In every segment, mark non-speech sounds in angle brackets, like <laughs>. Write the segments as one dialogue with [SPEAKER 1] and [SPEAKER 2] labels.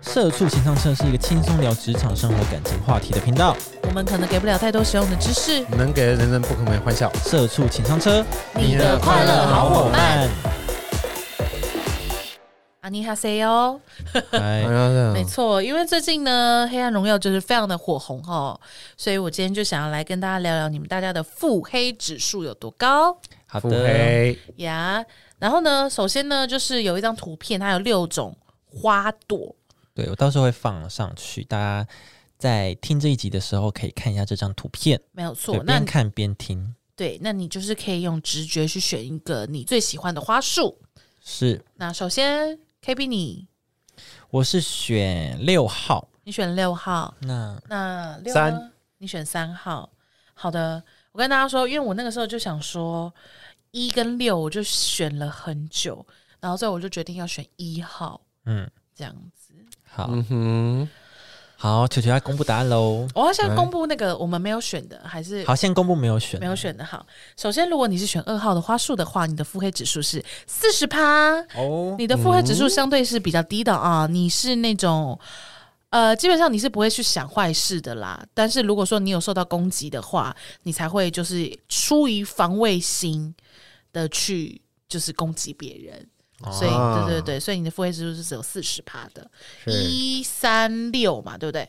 [SPEAKER 1] 社畜情商车是一个轻松聊职场、生活、感情话题的频道。
[SPEAKER 2] 我们可能给不了太多实用的知识。
[SPEAKER 3] 能给人人不可没欢笑。
[SPEAKER 1] 社畜情商车，
[SPEAKER 3] 你的快乐好伙
[SPEAKER 2] 伴。阿尼哈 C 哦，
[SPEAKER 3] 哎
[SPEAKER 1] 哎，
[SPEAKER 3] 呀，这样
[SPEAKER 2] 没错，因为最近呢，《黑暗荣耀》就是非常的火红哦，所以我今天就想要来跟大家聊聊你们大家的腹黑指数有多高
[SPEAKER 1] 好
[SPEAKER 3] 哎腹
[SPEAKER 1] 的，
[SPEAKER 3] 黑，
[SPEAKER 2] 呀。然后呢，首先呢，就是有一张图片，它有六种花朵，
[SPEAKER 1] 对我到时候会放上去，大家在听这一集的时候可以看一下这张图片，
[SPEAKER 2] 没有错
[SPEAKER 1] 对，。
[SPEAKER 2] 那
[SPEAKER 1] 边看边听。
[SPEAKER 2] 对，那你就是可以用直觉去选一个你最喜欢的花束。
[SPEAKER 1] 是，
[SPEAKER 2] 那首先，KB 你，
[SPEAKER 1] 我是选六号，
[SPEAKER 2] 你选六号，
[SPEAKER 3] 嗯
[SPEAKER 1] 那
[SPEAKER 2] 那六
[SPEAKER 3] 三
[SPEAKER 2] 呢，你选三号。好的，我跟大家说，因为我那个时候就想说一跟六，我就选了很久，然后最后我就决定要选一号
[SPEAKER 1] 嗯，
[SPEAKER 2] 这样子。
[SPEAKER 1] 好
[SPEAKER 3] 嗯哼，
[SPEAKER 1] 好，球球要公布答案喽。
[SPEAKER 2] 我要先公布那个我们没有选的，还是
[SPEAKER 1] 好，先公布没有选
[SPEAKER 2] 没，有选的好。首先，如果你是选二号的花束的话，你的腹黑指数是四十趴，
[SPEAKER 1] 哦，
[SPEAKER 2] 你的腹黑指数相对是比较低的啊。你是那种。呃，基本上你是不会去想坏事的啦。但是如果说你有受到攻击的话，你才会就是出于防卫心的去就是攻击别人。所以，对对
[SPEAKER 1] 啊
[SPEAKER 2] 对，所以你的腹黑指数是只有四十趴的，一三六嘛，对不对？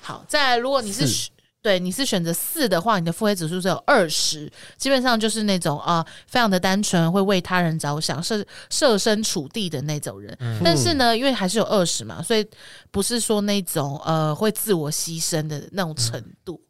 [SPEAKER 2] 好，再来如果你是选对你是选择四的话，你的腹黑指数只有二十，基本上就是那种啊、呃非常的单纯，会为他人着想，设设身处地的那种人。但是呢，因为还是有二十嘛，所以不是说那种呃会自我牺牲的那种程度。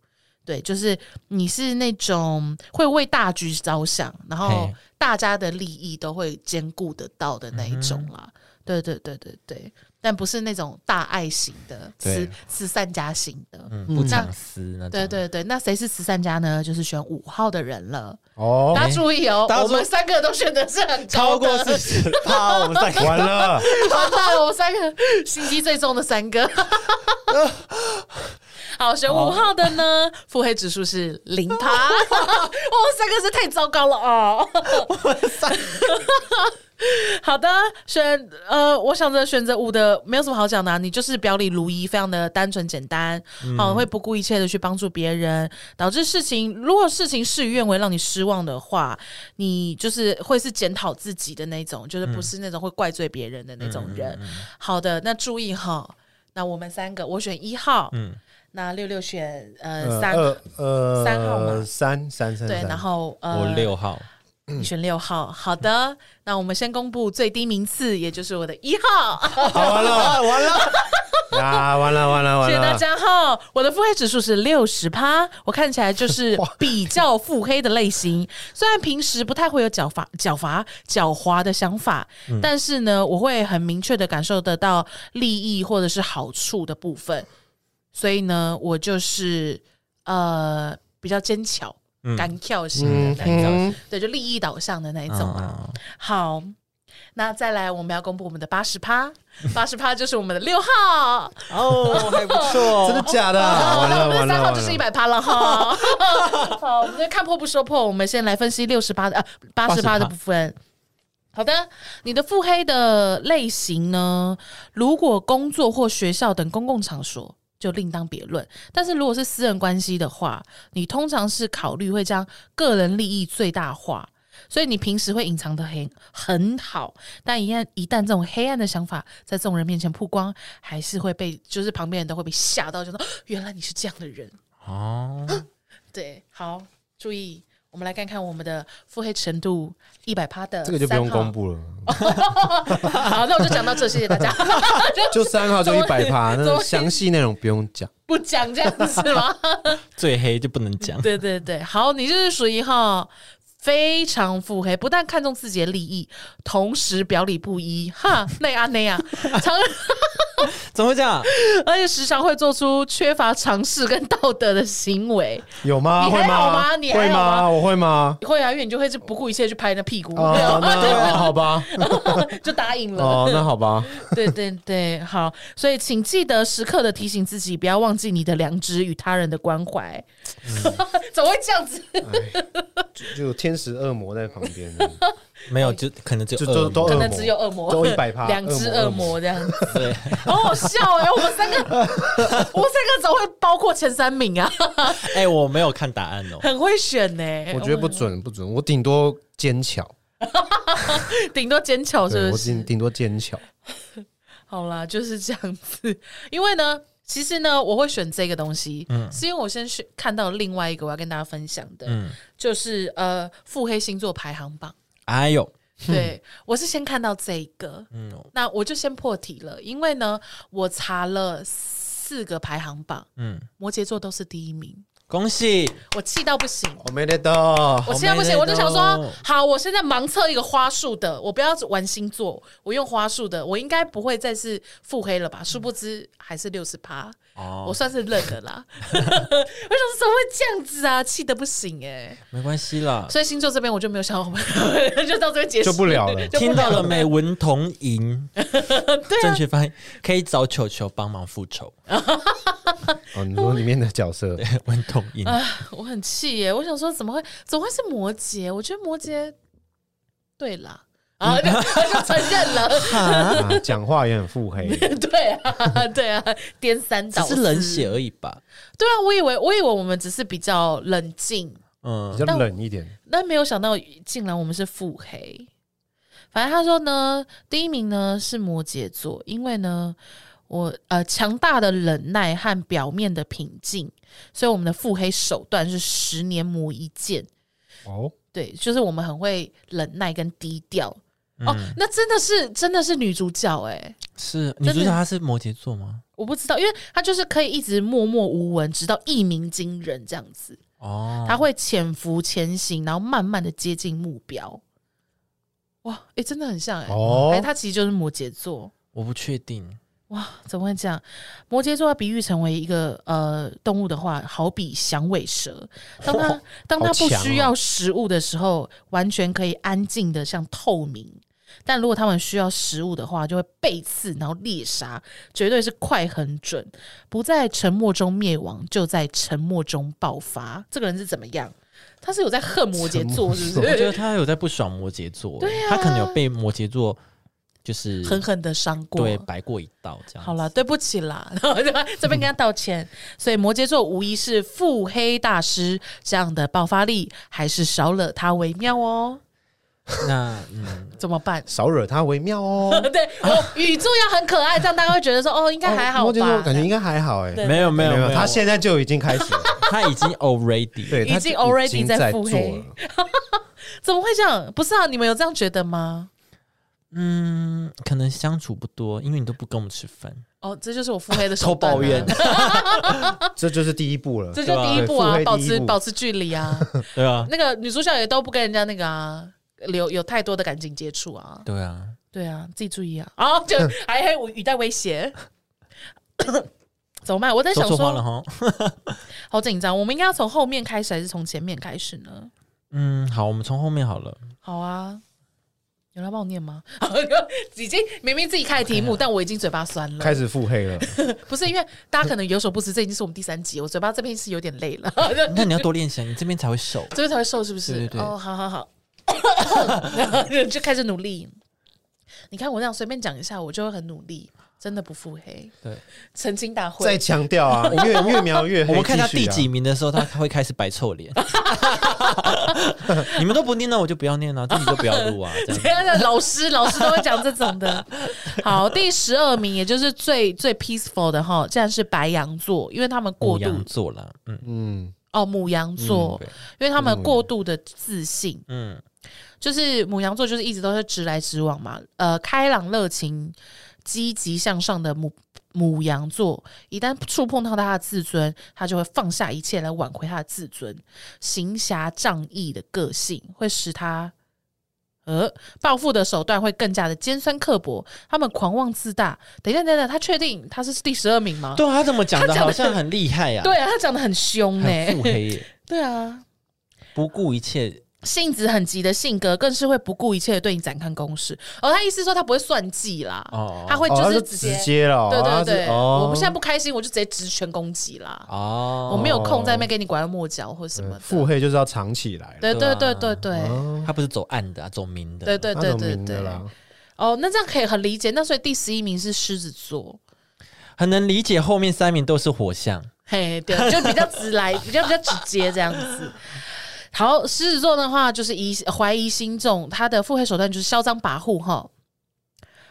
[SPEAKER 2] 对，就是你是那种会为大局着想，然后
[SPEAKER 1] 嘿
[SPEAKER 2] 大家的利益都会兼顾得到的那一种
[SPEAKER 1] 嗯
[SPEAKER 2] 啦。对对对对对，但不是那种大爱型的、
[SPEAKER 1] 对
[SPEAKER 2] 慈慈善家型的。
[SPEAKER 1] 嗯，不
[SPEAKER 3] 嗯
[SPEAKER 1] 藏私那种。
[SPEAKER 2] 对对对，那谁是慈善家呢？就是选五号的人了。
[SPEAKER 3] 哦，
[SPEAKER 2] 大家注意哦，
[SPEAKER 1] 大家
[SPEAKER 2] 我
[SPEAKER 1] 注
[SPEAKER 2] 们三个都选的是很
[SPEAKER 1] 超
[SPEAKER 2] 高
[SPEAKER 1] 过
[SPEAKER 2] 的
[SPEAKER 1] 四，十趴，我们再
[SPEAKER 3] 完了，
[SPEAKER 2] 完蛋了我们三个心机最重的
[SPEAKER 1] <laughs>
[SPEAKER 2] 三个。好，选五号的呢，腹黑指数是零趴， <laughs> 我们三个是太糟糕了哦。好的，选呃，我想着选择五的没有什么好讲的啊、你就是表里如一，非常的单纯简单，好、会不顾一切的去帮助别人，导致事情如果事情事与愿违让你失望的话，你就是会是检讨自己的那种，就是不是那种会怪罪别人的那种人。好的，那注意哈，那我们三个，我选一号，嗯，那六六选呃
[SPEAKER 3] 呃
[SPEAKER 2] 三、
[SPEAKER 3] 二呃
[SPEAKER 2] 三号嘛
[SPEAKER 3] 三三三，
[SPEAKER 2] 对，
[SPEAKER 3] 三
[SPEAKER 2] 然后呃
[SPEAKER 1] 我六号，
[SPEAKER 2] 你选六号，好的，那我们先公布最低名次，也就是我的一号，
[SPEAKER 3] 好完了完了 <laughs> 啊，完了完了完
[SPEAKER 2] 谢
[SPEAKER 3] 了，
[SPEAKER 2] 谢大家哈。我的腹黑指数是六十趴，我看起来
[SPEAKER 3] <laughs>
[SPEAKER 2] 就是比较腹黑的类型，虽然平时不太会有狡猾、狡猾、狡猾的想法，
[SPEAKER 3] 嗯
[SPEAKER 2] 但是呢，我会很明确的感受得到利益或者是好处的部分，所以呢，我就是呃比较坚强、敢跳型的那一种，
[SPEAKER 3] 嗯啊
[SPEAKER 2] 对，就利益导向的那一种嘛。
[SPEAKER 1] 嗯，
[SPEAKER 2] 好，那再来，我们要公布我们的八十趴，八十趴就是我们的六号，
[SPEAKER 1] 哦，还不错，
[SPEAKER 3] 真的假
[SPEAKER 2] <laughs>
[SPEAKER 3] 的？
[SPEAKER 2] 好，
[SPEAKER 3] 完
[SPEAKER 2] 那我
[SPEAKER 3] 了
[SPEAKER 2] 们
[SPEAKER 3] 完
[SPEAKER 2] 的
[SPEAKER 3] 了
[SPEAKER 2] 三号
[SPEAKER 3] 完
[SPEAKER 2] 就是一
[SPEAKER 3] 了，
[SPEAKER 2] 百趴了哈。 <laughs> 好，我们就看破不说破，我们先来分析六十趴的呃八十趴的部分。好的，你的腹黑的类型呢？如果工作或学校等公共场所，就另当别论。但是如果是私人关系的话，你通常是考虑会将个人利益最大化，所以你平时会隐藏的很很好，但一旦一旦这种黑暗的想法在众人面前曝光，还是会被就是旁边人都会被吓到，就说哦原来你是这样的人。
[SPEAKER 1] 哦，
[SPEAKER 2] 对，好，注意，我们来看看我们的腹黑程度一百趴的，
[SPEAKER 3] 这个就不用公。布了，
[SPEAKER 2] <laughs> 好，那我就讲到这，谢谢大家。 <laughs>
[SPEAKER 3] 就三号就一百趴，
[SPEAKER 2] 终于
[SPEAKER 3] 那详细内容不用讲。
[SPEAKER 2] 不讲这样子
[SPEAKER 3] <laughs>
[SPEAKER 2] 吗？
[SPEAKER 1] 最黑就不能讲。
[SPEAKER 2] 对对对，好，你就是属于哈非常腹黑，不但看重自己的利益，同时表里不一，哈，内啊内啊， <laughs> 常
[SPEAKER 1] 怎么讲？
[SPEAKER 2] 而且时常会做出缺乏尝试跟道德的行为。
[SPEAKER 3] 有吗？
[SPEAKER 2] 你
[SPEAKER 3] 会
[SPEAKER 2] 还好吗
[SPEAKER 3] 吗？
[SPEAKER 2] 你还
[SPEAKER 3] 会
[SPEAKER 2] 好吗
[SPEAKER 3] 吗？我会吗？
[SPEAKER 2] 会啊，因为你就会是不顾一切去拍那屁股，
[SPEAKER 3] 啊，
[SPEAKER 2] <laughs>
[SPEAKER 3] 那好吧，
[SPEAKER 2] 就答应了。
[SPEAKER 3] 哦，那好吧，
[SPEAKER 2] <laughs> 对对对，好，所以请记得时刻的提醒自己，不要忘记你的良知与他人的关怀。嗯怎么会这样子？
[SPEAKER 3] 就有天使恶魔在旁边，
[SPEAKER 1] 没有，哎就可能只有
[SPEAKER 3] 就
[SPEAKER 1] 恶
[SPEAKER 3] 就
[SPEAKER 1] 魔
[SPEAKER 3] 都
[SPEAKER 2] 可
[SPEAKER 3] 恶
[SPEAKER 2] 能
[SPEAKER 3] 魔
[SPEAKER 2] 只有恶魔，
[SPEAKER 3] 都100趴
[SPEAKER 2] 两只恶
[SPEAKER 3] 恶魔恶魔
[SPEAKER 2] 魔这样子，
[SPEAKER 1] <laughs> 对，
[SPEAKER 2] 好好笑哎、我们
[SPEAKER 3] <laughs>
[SPEAKER 2] 三个，我们三个怎么会包括前三名啊？
[SPEAKER 1] 哎、我没有看答案哦、
[SPEAKER 2] <laughs> 很会选欸呢、
[SPEAKER 3] 我觉得不准不准，我顶多奸巧，
[SPEAKER 2] 我，顶多尖巧
[SPEAKER 3] 对
[SPEAKER 2] 是
[SPEAKER 3] 我
[SPEAKER 2] 不
[SPEAKER 3] 顶
[SPEAKER 2] 哦是？
[SPEAKER 3] 顶多奸巧。
[SPEAKER 2] 好啦，就是这样子。因为呢，其实呢，我会选这个东西，
[SPEAKER 3] 嗯
[SPEAKER 2] 是因为我先是看到另外一个我要跟大家分享的，
[SPEAKER 1] 嗯
[SPEAKER 2] 就是呃，腹黑星座排行榜。
[SPEAKER 1] 哎呦，
[SPEAKER 2] 对，我是先看到这一个，
[SPEAKER 1] 嗯
[SPEAKER 2] 那我就先破题了，因为呢，我查了四个排行榜，
[SPEAKER 1] 嗯，
[SPEAKER 2] 摩羯座都是第一名，
[SPEAKER 1] 恭喜，
[SPEAKER 2] 我气到不行。
[SPEAKER 3] 我没得到，
[SPEAKER 2] 我现在不行，
[SPEAKER 1] 好
[SPEAKER 2] 我
[SPEAKER 1] 美
[SPEAKER 2] 就
[SPEAKER 1] 丽
[SPEAKER 2] 想说
[SPEAKER 1] 哦，
[SPEAKER 2] 好，我现在盲测一个花束的，我不要玩星座，我用花束的，我应该不会再是腹黑了吧？殊不知还是六十趴，我
[SPEAKER 1] 哦，
[SPEAKER 2] 算是认了啦。我想说怎么会这样子啊，气得不行哎、
[SPEAKER 1] 没关系啦，
[SPEAKER 2] 所以星座这边我就没有想好，我们 <laughs> 就到这边结束
[SPEAKER 3] 就不聊
[SPEAKER 2] <laughs>
[SPEAKER 3] 了
[SPEAKER 2] 就不
[SPEAKER 1] 听到啊了
[SPEAKER 2] 了
[SPEAKER 1] 没？文同 <laughs> 赢，正确发音可以找球球帮忙复仇， <laughs>
[SPEAKER 3] 哦，你说里面的角色，
[SPEAKER 1] 文同赢，
[SPEAKER 2] <laughs> 我很气耶、我想说怎么会，怎么会是摩羯？我觉得摩羯，对啦，啊， <laughs> 就就承认了。 <laughs>
[SPEAKER 3] 啊讲话也很腹黑，
[SPEAKER 2] 对啊，对啊，颠三
[SPEAKER 1] 只
[SPEAKER 2] 倒四，
[SPEAKER 1] 是冷血而已吧，
[SPEAKER 2] 对啊，我以为我以为我们只是比较冷静，
[SPEAKER 1] 嗯
[SPEAKER 3] 比，较冷一点。
[SPEAKER 2] 但没有想到竟然我们是腹黑。反正他说呢，第一名呢是摩羯座，因为呢我呃强大的忍耐和表面的平静，所以我们的腹黑手段是十年磨一剑。
[SPEAKER 3] 哦，
[SPEAKER 2] 对，就是我们很会忍耐跟低调。哦，那真的是真的是女主角哎、
[SPEAKER 1] 是女主角她是摩羯座吗？
[SPEAKER 2] 我不知道，因为她就是可以一直默默无闻，直到一鸣惊人这样子。
[SPEAKER 1] 哦，
[SPEAKER 2] 他会潜伏前行，然后慢慢的接近目标。哇，哎、真的很像哎、
[SPEAKER 3] 哦
[SPEAKER 2] 哎、他其实就是摩羯座。
[SPEAKER 1] 我不确定，
[SPEAKER 2] 哇，怎么会这样？摩羯座比喻成为一个呃动物的话，好比响尾蛇，当它当它
[SPEAKER 3] 好
[SPEAKER 2] 不
[SPEAKER 3] 强
[SPEAKER 2] 需
[SPEAKER 3] 哦？
[SPEAKER 2] 要食物的时候，完全可以安静的像透明。但如果它们需要食物的话，就会背刺，然后猎杀，绝对是快很准，不在沉默中灭亡，就在沉默中爆发。这个人是怎么样？他是有在恨摩羯座，是不
[SPEAKER 1] 我觉
[SPEAKER 2] 是？
[SPEAKER 1] 得她有在不爽摩羯座，对啊她可能有被摩羯座就是
[SPEAKER 2] <laughs> 狠狠的伤过，
[SPEAKER 1] 对摆过一道这样。
[SPEAKER 2] 好啦，，对不起啦， <laughs> 然后就这边跟他道歉。所以摩羯座无疑是腹黑大师，这样的爆发力还是少了他为妙哦。
[SPEAKER 1] 那嗯，
[SPEAKER 2] 怎么办 <laughs>
[SPEAKER 3] 少惹他为妙哦。
[SPEAKER 2] 对，
[SPEAKER 3] <laughs>
[SPEAKER 2] 我语助要很可爱，这样大家会觉得说，哦，应该还好
[SPEAKER 3] 哦摩羯座
[SPEAKER 2] 吧？
[SPEAKER 3] 感觉应该还好哎。
[SPEAKER 2] 对
[SPEAKER 1] <laughs> 没有没有没有，
[SPEAKER 3] 他现在就已经
[SPEAKER 2] <laughs>
[SPEAKER 3] 开始了，
[SPEAKER 1] 她已经 already
[SPEAKER 3] 对，
[SPEAKER 2] 已
[SPEAKER 3] 他
[SPEAKER 2] 经
[SPEAKER 3] 就
[SPEAKER 2] already
[SPEAKER 3] 经
[SPEAKER 2] 在
[SPEAKER 3] 在
[SPEAKER 2] 腹
[SPEAKER 3] 做
[SPEAKER 2] 黑
[SPEAKER 3] 了。
[SPEAKER 2] 怎么会这样？不是啊，你们有这样觉得吗？
[SPEAKER 1] 嗯，可能相处不多，因为你都不跟我们吃饭，
[SPEAKER 2] 哦，这就是我腹黑的手
[SPEAKER 1] 偷
[SPEAKER 2] 段啊
[SPEAKER 1] 抱怨，
[SPEAKER 3] <laughs> 这就是第一步了。
[SPEAKER 2] 这就第一步啊，
[SPEAKER 3] 对
[SPEAKER 2] 保
[SPEAKER 3] 腹黑第一
[SPEAKER 2] 持
[SPEAKER 3] 步
[SPEAKER 2] 保持距离啊。
[SPEAKER 1] 对啊，
[SPEAKER 2] 那个女主角也都不跟人家那个啊，有有太多的感情接触啊。
[SPEAKER 1] 对啊，
[SPEAKER 2] 对啊，自己注意啊！啊，就还还语带威 <coughs> 胁，怎么办？我在
[SPEAKER 1] 说
[SPEAKER 2] 想
[SPEAKER 1] 错话了
[SPEAKER 2] 说，
[SPEAKER 1] 哈。
[SPEAKER 2] 好紧张。我们应该要从后面开始，还是从前面开始呢？
[SPEAKER 1] 嗯，好，我们从后面好了。
[SPEAKER 2] 好啊，有人要帮我念吗？ <laughs> 已经明明自己开的题目，但我已经嘴巴酸了。
[SPEAKER 3] 开始腹黑了，
[SPEAKER 2] 不是因为大家可能有所不知，这已经是我们第三集，我嘴巴这边是有点累了， <laughs>
[SPEAKER 1] 那你要多练习，啊你这边才会瘦。
[SPEAKER 2] 这边才会瘦，是不是？
[SPEAKER 1] 对对对
[SPEAKER 2] 哦，好好 <laughs> 好，就开始努力。你看我这样随便讲一下，我就会很努力，真的不腹黑，
[SPEAKER 1] 对，
[SPEAKER 2] 澄清大 <laughs> 会
[SPEAKER 3] 再强调啊，越越描越黑。
[SPEAKER 1] 我们看他
[SPEAKER 3] 继
[SPEAKER 1] 第
[SPEAKER 3] 续啊
[SPEAKER 1] 几，名的时候，他会开始摆臭
[SPEAKER 2] <laughs>
[SPEAKER 1] 脸。你们都不念，那我就不要念了、自己就不要
[SPEAKER 2] <laughs>
[SPEAKER 1] 录啊。这样
[SPEAKER 2] 这样的老师，老师都会讲这种的。好，第十二名，也就是最最 peaceful 的哈，竟然是白羊座，因为他们过
[SPEAKER 1] 母
[SPEAKER 2] 度
[SPEAKER 1] 羊座啦，嗯，
[SPEAKER 3] 嗯，
[SPEAKER 2] 哦母羊座，
[SPEAKER 1] 对
[SPEAKER 2] 因为他们过度的自信，
[SPEAKER 1] 嗯，
[SPEAKER 2] 就是母羊座就是一直都是直来直往嘛，呃，开朗热情、积极向上的母母羊座，一旦触碰到他的自尊，他就会放下一切来挽回他的自尊。行侠仗义的个性会使他。呃，报复的手段会更加的尖酸刻薄，他们狂妄自大。等一下，等一下，他确定他是第十二名吗？
[SPEAKER 1] 对啊，他怎么讲
[SPEAKER 2] 他
[SPEAKER 1] 的
[SPEAKER 2] 讲
[SPEAKER 1] 好
[SPEAKER 2] 得
[SPEAKER 1] 像很厉害呀、
[SPEAKER 2] <laughs> 对啊，他讲的很凶呢、
[SPEAKER 1] 很腹黑耶、
[SPEAKER 2] 对啊，
[SPEAKER 1] 不顾一切
[SPEAKER 2] 性子很急的性格，更是会不顾一切的对你展开攻势。哦，他意思是说他不会算计啦，
[SPEAKER 1] 哦
[SPEAKER 2] 他会
[SPEAKER 3] 哦
[SPEAKER 2] 就
[SPEAKER 3] 他
[SPEAKER 2] 是
[SPEAKER 3] 是
[SPEAKER 2] 直
[SPEAKER 3] 直
[SPEAKER 2] 接，
[SPEAKER 3] 接了，
[SPEAKER 2] 对
[SPEAKER 3] 他
[SPEAKER 2] 对
[SPEAKER 3] 是
[SPEAKER 2] 对，
[SPEAKER 3] 哦
[SPEAKER 2] 我不现在不开心，我就直接直拳攻击啦，
[SPEAKER 1] 哦，
[SPEAKER 2] 我没有空在那边给你拐弯抹角或什么的。
[SPEAKER 3] 腹黑就是要藏起来了，哦
[SPEAKER 2] 对对对对对
[SPEAKER 1] 他不是走暗的、啊，走明的。
[SPEAKER 2] 对对
[SPEAKER 3] 那
[SPEAKER 2] 对
[SPEAKER 3] 种
[SPEAKER 2] 对
[SPEAKER 3] 明
[SPEAKER 2] 对
[SPEAKER 3] 的。啦，
[SPEAKER 2] 哦，那这样可以很理解。那所以第十一名是狮子座，
[SPEAKER 1] 很能理解后面三名都是火象，
[SPEAKER 2] 嘿，对，就比较直来，比较比较直接这样子。好，狮子座的话就是疑怀疑心重，他的腹黑手段就是嚣张跋扈哈。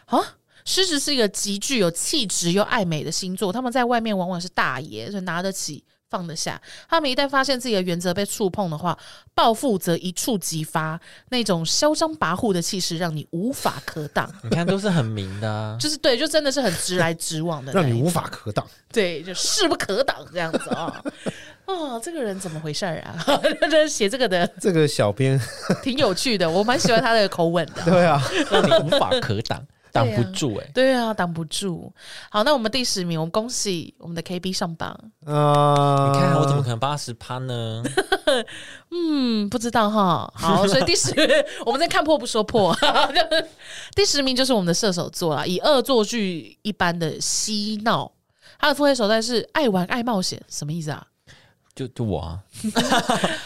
[SPEAKER 2] 啊，狮子是一个极具有气质又爱美的星座，他们在外面往往是大爷，就拿得起放得下。他们一旦发现自己的原则被触碰的话，报复则一触即发，那种嚣张跋扈的气势让你无法可挡。。
[SPEAKER 1] 你看都是很明的、啊
[SPEAKER 2] <laughs> 就是对，就真的是很直来直往的那一
[SPEAKER 3] 让
[SPEAKER 2] 种，
[SPEAKER 3] 你无法可挡。
[SPEAKER 2] 对，就势不可挡这样子啊、哦。这个人怎么回事儿啊？ <laughs> 这写这个的
[SPEAKER 3] 这个
[SPEAKER 2] <laughs>
[SPEAKER 3] 小编，
[SPEAKER 2] 挺有趣的，我蛮喜欢他的口吻的。
[SPEAKER 3] 对啊，
[SPEAKER 1] 让你无法可
[SPEAKER 2] <laughs>
[SPEAKER 1] 挡，挡不住哎、
[SPEAKER 2] 对啊，挡不住。好，那我们第十名，我们恭喜我们的 KB 上榜。
[SPEAKER 3] 啊，
[SPEAKER 1] 你看我怎么可能八十趴呢？
[SPEAKER 2] 嗯，不知道哈。好，所以第十，我们在看破不说破。 <laughs> 第十名就是我们的射手座啦，以恶作剧一般的嬉闹，他的腹黑手段是爱玩爱冒险，什么意思啊？
[SPEAKER 1] 就就我啊，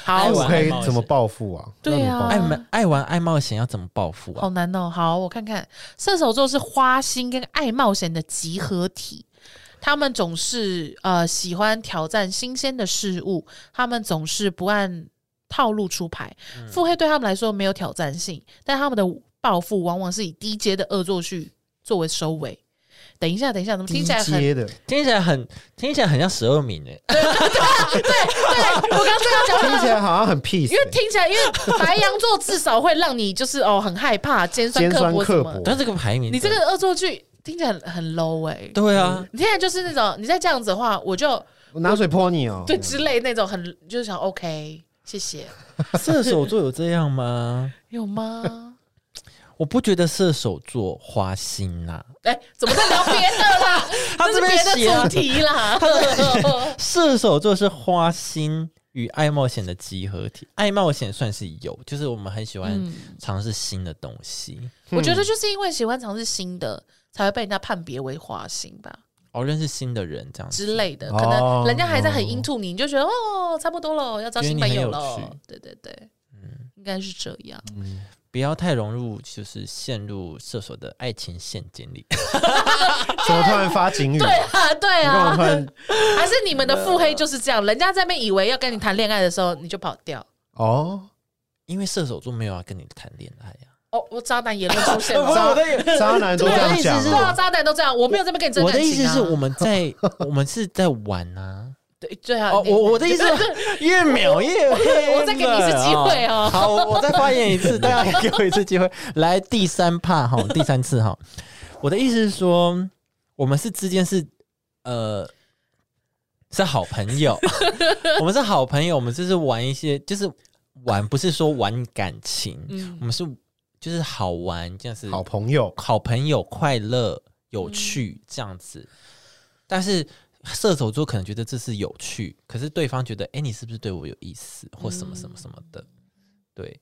[SPEAKER 2] 好
[SPEAKER 1] 爱，
[SPEAKER 3] 腹
[SPEAKER 1] 玩
[SPEAKER 3] 黑
[SPEAKER 1] 冒险
[SPEAKER 3] 怎么报复啊？
[SPEAKER 2] 对啊
[SPEAKER 3] 让你报复
[SPEAKER 1] 爱玩爱玩爱冒险要怎么报复啊？
[SPEAKER 2] 好难哦。好，我看看，射手座是花心跟爱冒险的集合体。他们总是呃喜欢挑战新鲜的事物，他们总是不按套路出牌。腹黑对他们来说没有挑战性，但他们的报复往往是以低阶的恶作剧作为收尾。等一下，等一下，怎么听起来很
[SPEAKER 3] 低阶的，
[SPEAKER 1] 听起来很听起来很像十二名哎、
[SPEAKER 2] <laughs> 对？我刚刚这样讲话
[SPEAKER 3] <laughs> 听起来好像很 peace，
[SPEAKER 2] 因为
[SPEAKER 3] 欸
[SPEAKER 2] 听起来，因为白羊座至少会让你就是哦很害怕、尖酸
[SPEAKER 3] 尖
[SPEAKER 2] 刻
[SPEAKER 3] 酸
[SPEAKER 2] 薄什
[SPEAKER 3] 刻
[SPEAKER 2] 么
[SPEAKER 3] 薄
[SPEAKER 2] 的。
[SPEAKER 1] 但这个排名，
[SPEAKER 2] 你这个恶作剧听起来很很 low 哎、
[SPEAKER 1] 对
[SPEAKER 2] <laughs>
[SPEAKER 1] 啊，
[SPEAKER 2] 你现在就是那种，你再这样子的话，我
[SPEAKER 1] 哦
[SPEAKER 2] 就
[SPEAKER 3] 我拿水泼你哦，
[SPEAKER 2] 对之类那种很，就是想 OK，谢谢，
[SPEAKER 1] 射手座有这样吗？
[SPEAKER 2] 有吗？
[SPEAKER 1] 我不觉得射手座花心呐、
[SPEAKER 2] <laughs> 哎、怎么在聊别的啦？
[SPEAKER 1] <laughs> 他
[SPEAKER 2] 这是
[SPEAKER 1] 这边
[SPEAKER 2] 别
[SPEAKER 1] 写
[SPEAKER 2] 的
[SPEAKER 1] 啊
[SPEAKER 2] 主题
[SPEAKER 1] <laughs>
[SPEAKER 2] 啦。
[SPEAKER 1] 射手座是花心与爱冒险的集合体，爱冒险算是有，就是我们很喜欢
[SPEAKER 2] 嗯
[SPEAKER 1] 尝试新的东西。
[SPEAKER 2] <laughs> 我觉
[SPEAKER 1] 嗯
[SPEAKER 2] 得就是因为喜欢尝试新的，才会被人家判别为花心吧
[SPEAKER 1] 哦，认识新的人这样子，
[SPEAKER 2] 之类的。
[SPEAKER 3] 哦
[SPEAKER 2] 可能人家还在很 into 你，你就觉得哦，差不多了，要交新朋友
[SPEAKER 1] 觉得你很有
[SPEAKER 2] 了
[SPEAKER 1] 趣。嗯
[SPEAKER 2] 对对对，应该是这样。
[SPEAKER 1] 不要太融入，就是陷入射手的爱情陷阱里。 <laughs>
[SPEAKER 3] 怎么突然发警语？
[SPEAKER 2] 对啊， <laughs> 对
[SPEAKER 3] 你干嘛突
[SPEAKER 2] 啊，
[SPEAKER 3] 然
[SPEAKER 2] 还是你们的腹黑就是这样，人家在那边以为要跟你谈恋爱的时候，你就跑掉。
[SPEAKER 3] 哦，
[SPEAKER 1] 因为射手座没有要跟你谈恋爱啊呀、
[SPEAKER 2] 哦，我渣男言论出现
[SPEAKER 1] 不是
[SPEAKER 2] 了
[SPEAKER 1] <laughs> 我。的
[SPEAKER 3] 渣男都这样讲
[SPEAKER 1] 我的意思是
[SPEAKER 2] 对啊，
[SPEAKER 3] 哦，
[SPEAKER 2] 渣男都这样，我没有这么跟你争
[SPEAKER 1] 我
[SPEAKER 2] 感
[SPEAKER 1] 的意
[SPEAKER 2] 情
[SPEAKER 1] 思
[SPEAKER 2] 啊。
[SPEAKER 1] 是我们在我们是在玩啊。
[SPEAKER 2] 对对啊，
[SPEAKER 1] 哦，
[SPEAKER 2] 你
[SPEAKER 1] 我我的意思是 <laughs> 越秒越黑。
[SPEAKER 2] 我再给你一次机会哦 <laughs>
[SPEAKER 1] 好，我我再发言一次，大家给我一次机会。 <laughs> 来，第三趴哈，第三次哈。我的意思是说，我们是之间是呃是好朋友， <laughs> 我们是好朋友，我们就是玩一些，就是玩，不是说玩感情，
[SPEAKER 2] 嗯
[SPEAKER 1] 我们是就是好玩，这样子
[SPEAKER 3] 好朋友
[SPEAKER 1] 好朋友快乐有趣这样子，但是射手座可能觉得这是有趣，可是对方觉得，哎、你是不是对我有意思，或什么什么什么的，对。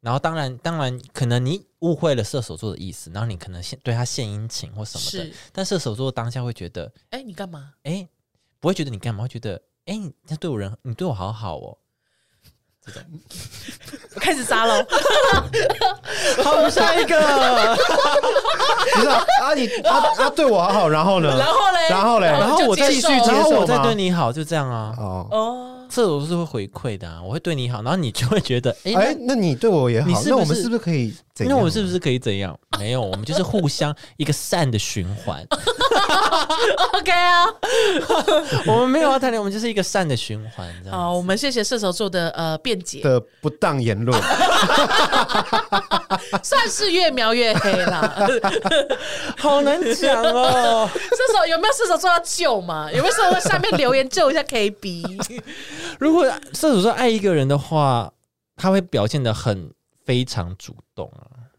[SPEAKER 1] 然后当然，当然，可能你误会了射手座的意思，然后你可能献对他献殷勤或什么的
[SPEAKER 2] 是，
[SPEAKER 1] 但射手座当下会觉得，
[SPEAKER 2] 哎，你干嘛？
[SPEAKER 1] 哎、不会觉得你干嘛，会觉得，哎、你他对我人，你对我好好哦，
[SPEAKER 2] 我开始
[SPEAKER 1] <laughs>
[SPEAKER 2] 渣了，
[SPEAKER 1] 好，下一个。 <laughs>
[SPEAKER 3] 不是啊？啊你他他对我好好，然后呢？
[SPEAKER 2] 然后嘞，
[SPEAKER 3] 然后嘞
[SPEAKER 1] 然后
[SPEAKER 2] 就
[SPEAKER 1] 我再
[SPEAKER 2] 接受
[SPEAKER 3] 继续
[SPEAKER 1] 然
[SPEAKER 3] 接
[SPEAKER 1] 后
[SPEAKER 3] 受
[SPEAKER 1] 我再
[SPEAKER 3] 吗
[SPEAKER 1] 对你好，就这样啊。
[SPEAKER 3] 哦，
[SPEAKER 2] 哦，
[SPEAKER 1] 这种是会回馈的、啊，我会对你好，然后你就会觉得，哎、
[SPEAKER 3] 哎，
[SPEAKER 1] 那
[SPEAKER 3] 那你对我也好
[SPEAKER 1] 你是不，是
[SPEAKER 3] 那我们是不是可以怎
[SPEAKER 1] 那
[SPEAKER 3] 样？
[SPEAKER 1] 我们是不是可以怎样？没有，我们就是互相一个善的循环，
[SPEAKER 2] OK 啊，
[SPEAKER 1] <laughs> 我们没有要谈恋爱，我们就是一个善的循环， <laughs> 这样。
[SPEAKER 2] 好，我们谢谢射手座的呃辩解，
[SPEAKER 3] 的不当言
[SPEAKER 2] <laughs>
[SPEAKER 3] 论？
[SPEAKER 2] 算是越描越黑 <laughs> 啦。
[SPEAKER 1] 好难讲哦。
[SPEAKER 2] 射手有没有射手座要救嘛？有没有射手座下面留言救一下 KB？
[SPEAKER 1] <laughs> 如果射手座爱一个人的话，他会表现的很非常主动啊。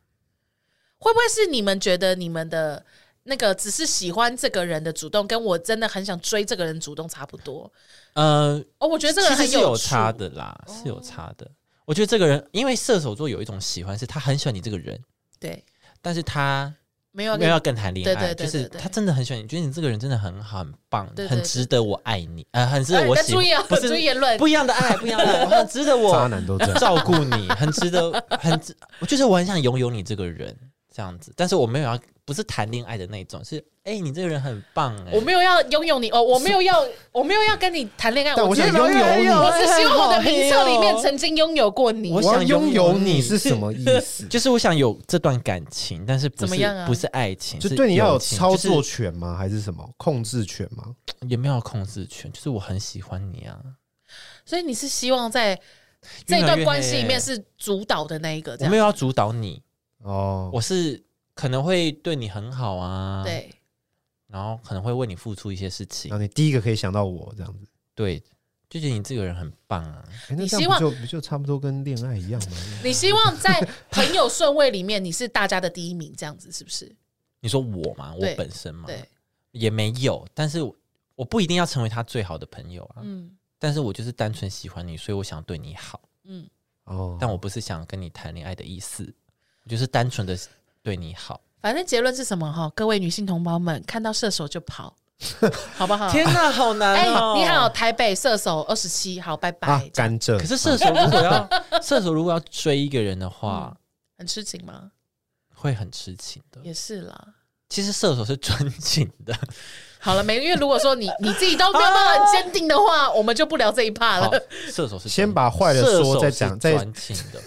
[SPEAKER 2] 会不会是你们觉得你们的那个只是喜欢这个人的主动，跟我真的很想追这个人主动差不多？
[SPEAKER 1] 嗯、
[SPEAKER 2] 哦，我觉得这个
[SPEAKER 1] 其
[SPEAKER 2] 人
[SPEAKER 1] 实
[SPEAKER 2] 很
[SPEAKER 1] 是有
[SPEAKER 2] 趣哦
[SPEAKER 1] 差的啦，是有差的。我觉得这个人，因为射手座有一种喜欢，是他很喜欢你这个人，
[SPEAKER 2] 对，
[SPEAKER 1] 但是他
[SPEAKER 2] 没有啊
[SPEAKER 1] 没有要啊跟你谈恋爱，
[SPEAKER 2] 对对对对
[SPEAKER 1] 就
[SPEAKER 2] 对
[SPEAKER 1] 是他真的很喜欢你，觉得你这个人真的很好，很棒，
[SPEAKER 2] 对对
[SPEAKER 1] 很值得我爱你，呃，很值得
[SPEAKER 2] 哎
[SPEAKER 1] 我
[SPEAKER 2] 但
[SPEAKER 1] 喜，
[SPEAKER 2] 注意啊，
[SPEAKER 1] 不
[SPEAKER 2] 注意
[SPEAKER 1] 是
[SPEAKER 2] 言论，
[SPEAKER 1] 不一样的爱，不一样的爱，很值得
[SPEAKER 3] 渣
[SPEAKER 1] 我
[SPEAKER 3] 男都这样。
[SPEAKER 1] 照顾你，很值得，很值，我就是我很想拥有你这个人这样子，但是我没有要不是谈恋爱的那种，是哎、你这个人很棒、哎，
[SPEAKER 2] 我没有要拥有你哦，我没有要，我没有要跟你谈恋爱，
[SPEAKER 3] 但我
[SPEAKER 2] 只是
[SPEAKER 3] 想拥有你
[SPEAKER 2] 我只希望我
[SPEAKER 1] 哎
[SPEAKER 2] 的
[SPEAKER 1] 好黑
[SPEAKER 2] 名册里面
[SPEAKER 1] 哦
[SPEAKER 2] 曾经拥有过
[SPEAKER 1] 哎
[SPEAKER 2] 你
[SPEAKER 1] 我。
[SPEAKER 3] 我要
[SPEAKER 1] 想
[SPEAKER 3] 拥
[SPEAKER 1] 拥
[SPEAKER 3] 有
[SPEAKER 1] 有
[SPEAKER 3] 你
[SPEAKER 1] 你
[SPEAKER 3] 是什么意思？
[SPEAKER 1] <laughs> 就是我想有这段感情，但是不是
[SPEAKER 2] 怎么样啊
[SPEAKER 1] 不是爱情，
[SPEAKER 3] 就是对你要有
[SPEAKER 1] 友情
[SPEAKER 3] 操
[SPEAKER 1] 就是
[SPEAKER 3] 作权吗？还是什么控制权吗？
[SPEAKER 1] 也没有控制权，就是我很喜欢你啊。
[SPEAKER 2] 所以你是希望在
[SPEAKER 1] 越
[SPEAKER 2] 这
[SPEAKER 1] 来
[SPEAKER 2] 一段
[SPEAKER 1] 越
[SPEAKER 2] 关
[SPEAKER 1] 黑
[SPEAKER 2] 系里
[SPEAKER 1] 欸
[SPEAKER 2] 面是主导的那一个，这
[SPEAKER 1] 我没
[SPEAKER 2] 样
[SPEAKER 1] 有要主导你，
[SPEAKER 3] 哦，
[SPEAKER 1] 我是可能会对你很好啊，，
[SPEAKER 2] 对。
[SPEAKER 1] 然后可能会为你付出一些事情，
[SPEAKER 3] 然后你第一个可以想到我这样子，
[SPEAKER 1] 对，就觉得你这个人很棒啊。
[SPEAKER 3] 哎那
[SPEAKER 2] 你
[SPEAKER 3] 这样
[SPEAKER 2] 希
[SPEAKER 3] 不
[SPEAKER 2] 望
[SPEAKER 3] 就不就差不多跟恋爱一样吗？
[SPEAKER 2] 你希望在朋友顺位里面你是大家的第一名，这样子是不是？
[SPEAKER 1] 你说我嘛，我
[SPEAKER 2] 对
[SPEAKER 1] 本身嘛，
[SPEAKER 2] 对，
[SPEAKER 1] 也没有，但是我我不一定要成为他最好的朋友啊，
[SPEAKER 2] 嗯
[SPEAKER 1] 但是我就是单纯喜欢你，所以我想对你好，
[SPEAKER 2] 嗯，
[SPEAKER 3] 哦，
[SPEAKER 1] 但我不是想跟你谈恋爱的意思，我就是单纯的对你好。
[SPEAKER 2] 反正结论是什么哈？各位女性同胞们，看到射手就
[SPEAKER 1] <laughs>
[SPEAKER 2] 跑，好不好？
[SPEAKER 1] 天哪，好难
[SPEAKER 2] 哎、
[SPEAKER 1] 哦！
[SPEAKER 2] 你好，。台北射手二十七，好，拜拜。
[SPEAKER 3] 啊，
[SPEAKER 2] 这样
[SPEAKER 3] 甘蔗
[SPEAKER 1] 可是射手如果要射手如果要追一个人的话，
[SPEAKER 2] 很痴情吗？
[SPEAKER 1] 会很痴情的。
[SPEAKER 2] 也是啦。
[SPEAKER 1] 其实射手是专情的。
[SPEAKER 2] 好了，没，因为如果说你你自己都没有办法很坚定的
[SPEAKER 1] <laughs>
[SPEAKER 2] 话，我们就不聊这一趴了。
[SPEAKER 1] 好
[SPEAKER 2] 在，
[SPEAKER 1] 射手是专
[SPEAKER 3] 先把坏的说
[SPEAKER 1] 射手是
[SPEAKER 3] 再讲再
[SPEAKER 1] 专情的。
[SPEAKER 2] <laughs>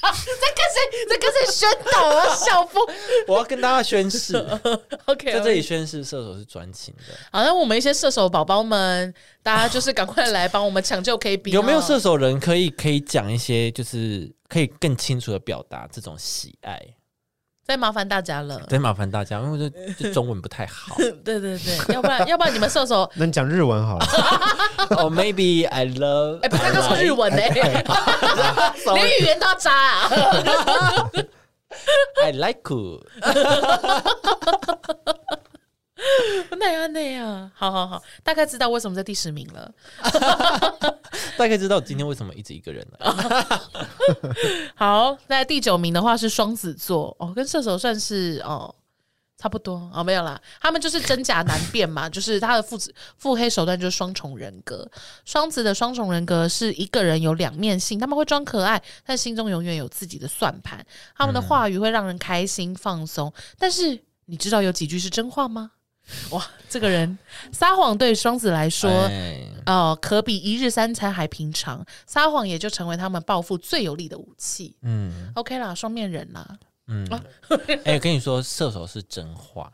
[SPEAKER 2] 跟谁在跟谁宣导啊？校
[SPEAKER 1] <laughs>
[SPEAKER 2] 风
[SPEAKER 1] 我要跟大家宣誓，
[SPEAKER 2] OK，
[SPEAKER 1] 在这里宣誓，射手是专情的。
[SPEAKER 2] 好，那我们一些射手宝宝们，大家就是赶快来帮我们抢救 KB 哦。
[SPEAKER 1] 有没有射手人可以可以讲一些，就是可以更清楚的表达这种喜爱？
[SPEAKER 2] 再麻烦大家了？
[SPEAKER 1] 真麻烦大家，因为这这中文不太好。
[SPEAKER 2] 对对对， <laughs> 要不然要不然你们射手，
[SPEAKER 3] 那你讲日
[SPEAKER 1] <laughs>
[SPEAKER 3] 文好了，
[SPEAKER 1] 哦、m a y b e I love，
[SPEAKER 2] 哎、不是他刚说日文嘞、连语言都要渣啊！
[SPEAKER 1] ，I like you。
[SPEAKER 2] 那样那样，好好好，大概知道为什么在第十名了。
[SPEAKER 1] 大概知道今天为什么一直一个人了。
[SPEAKER 2] 好，那第九名的话是双子座哦，跟射手算是哦差不多哦，没有啦，他们就是真假难辨嘛，就是他的腹子腹黑手段就是双重人格。双子的双重人格是一个人有两面性，他们会装可爱，但心中永远有自己的算盘。他们的话语会让人开心放松，但是你知道有几句是真话吗？哇，这个人撒谎对双子来说
[SPEAKER 1] 哎
[SPEAKER 2] 哦，可比一日三餐还平常，撒谎也就成为他们报复最有力的武器。
[SPEAKER 1] 嗯
[SPEAKER 2] OK 啦，双面人啦，
[SPEAKER 1] 嗯，哎、跟你说，射手是真话。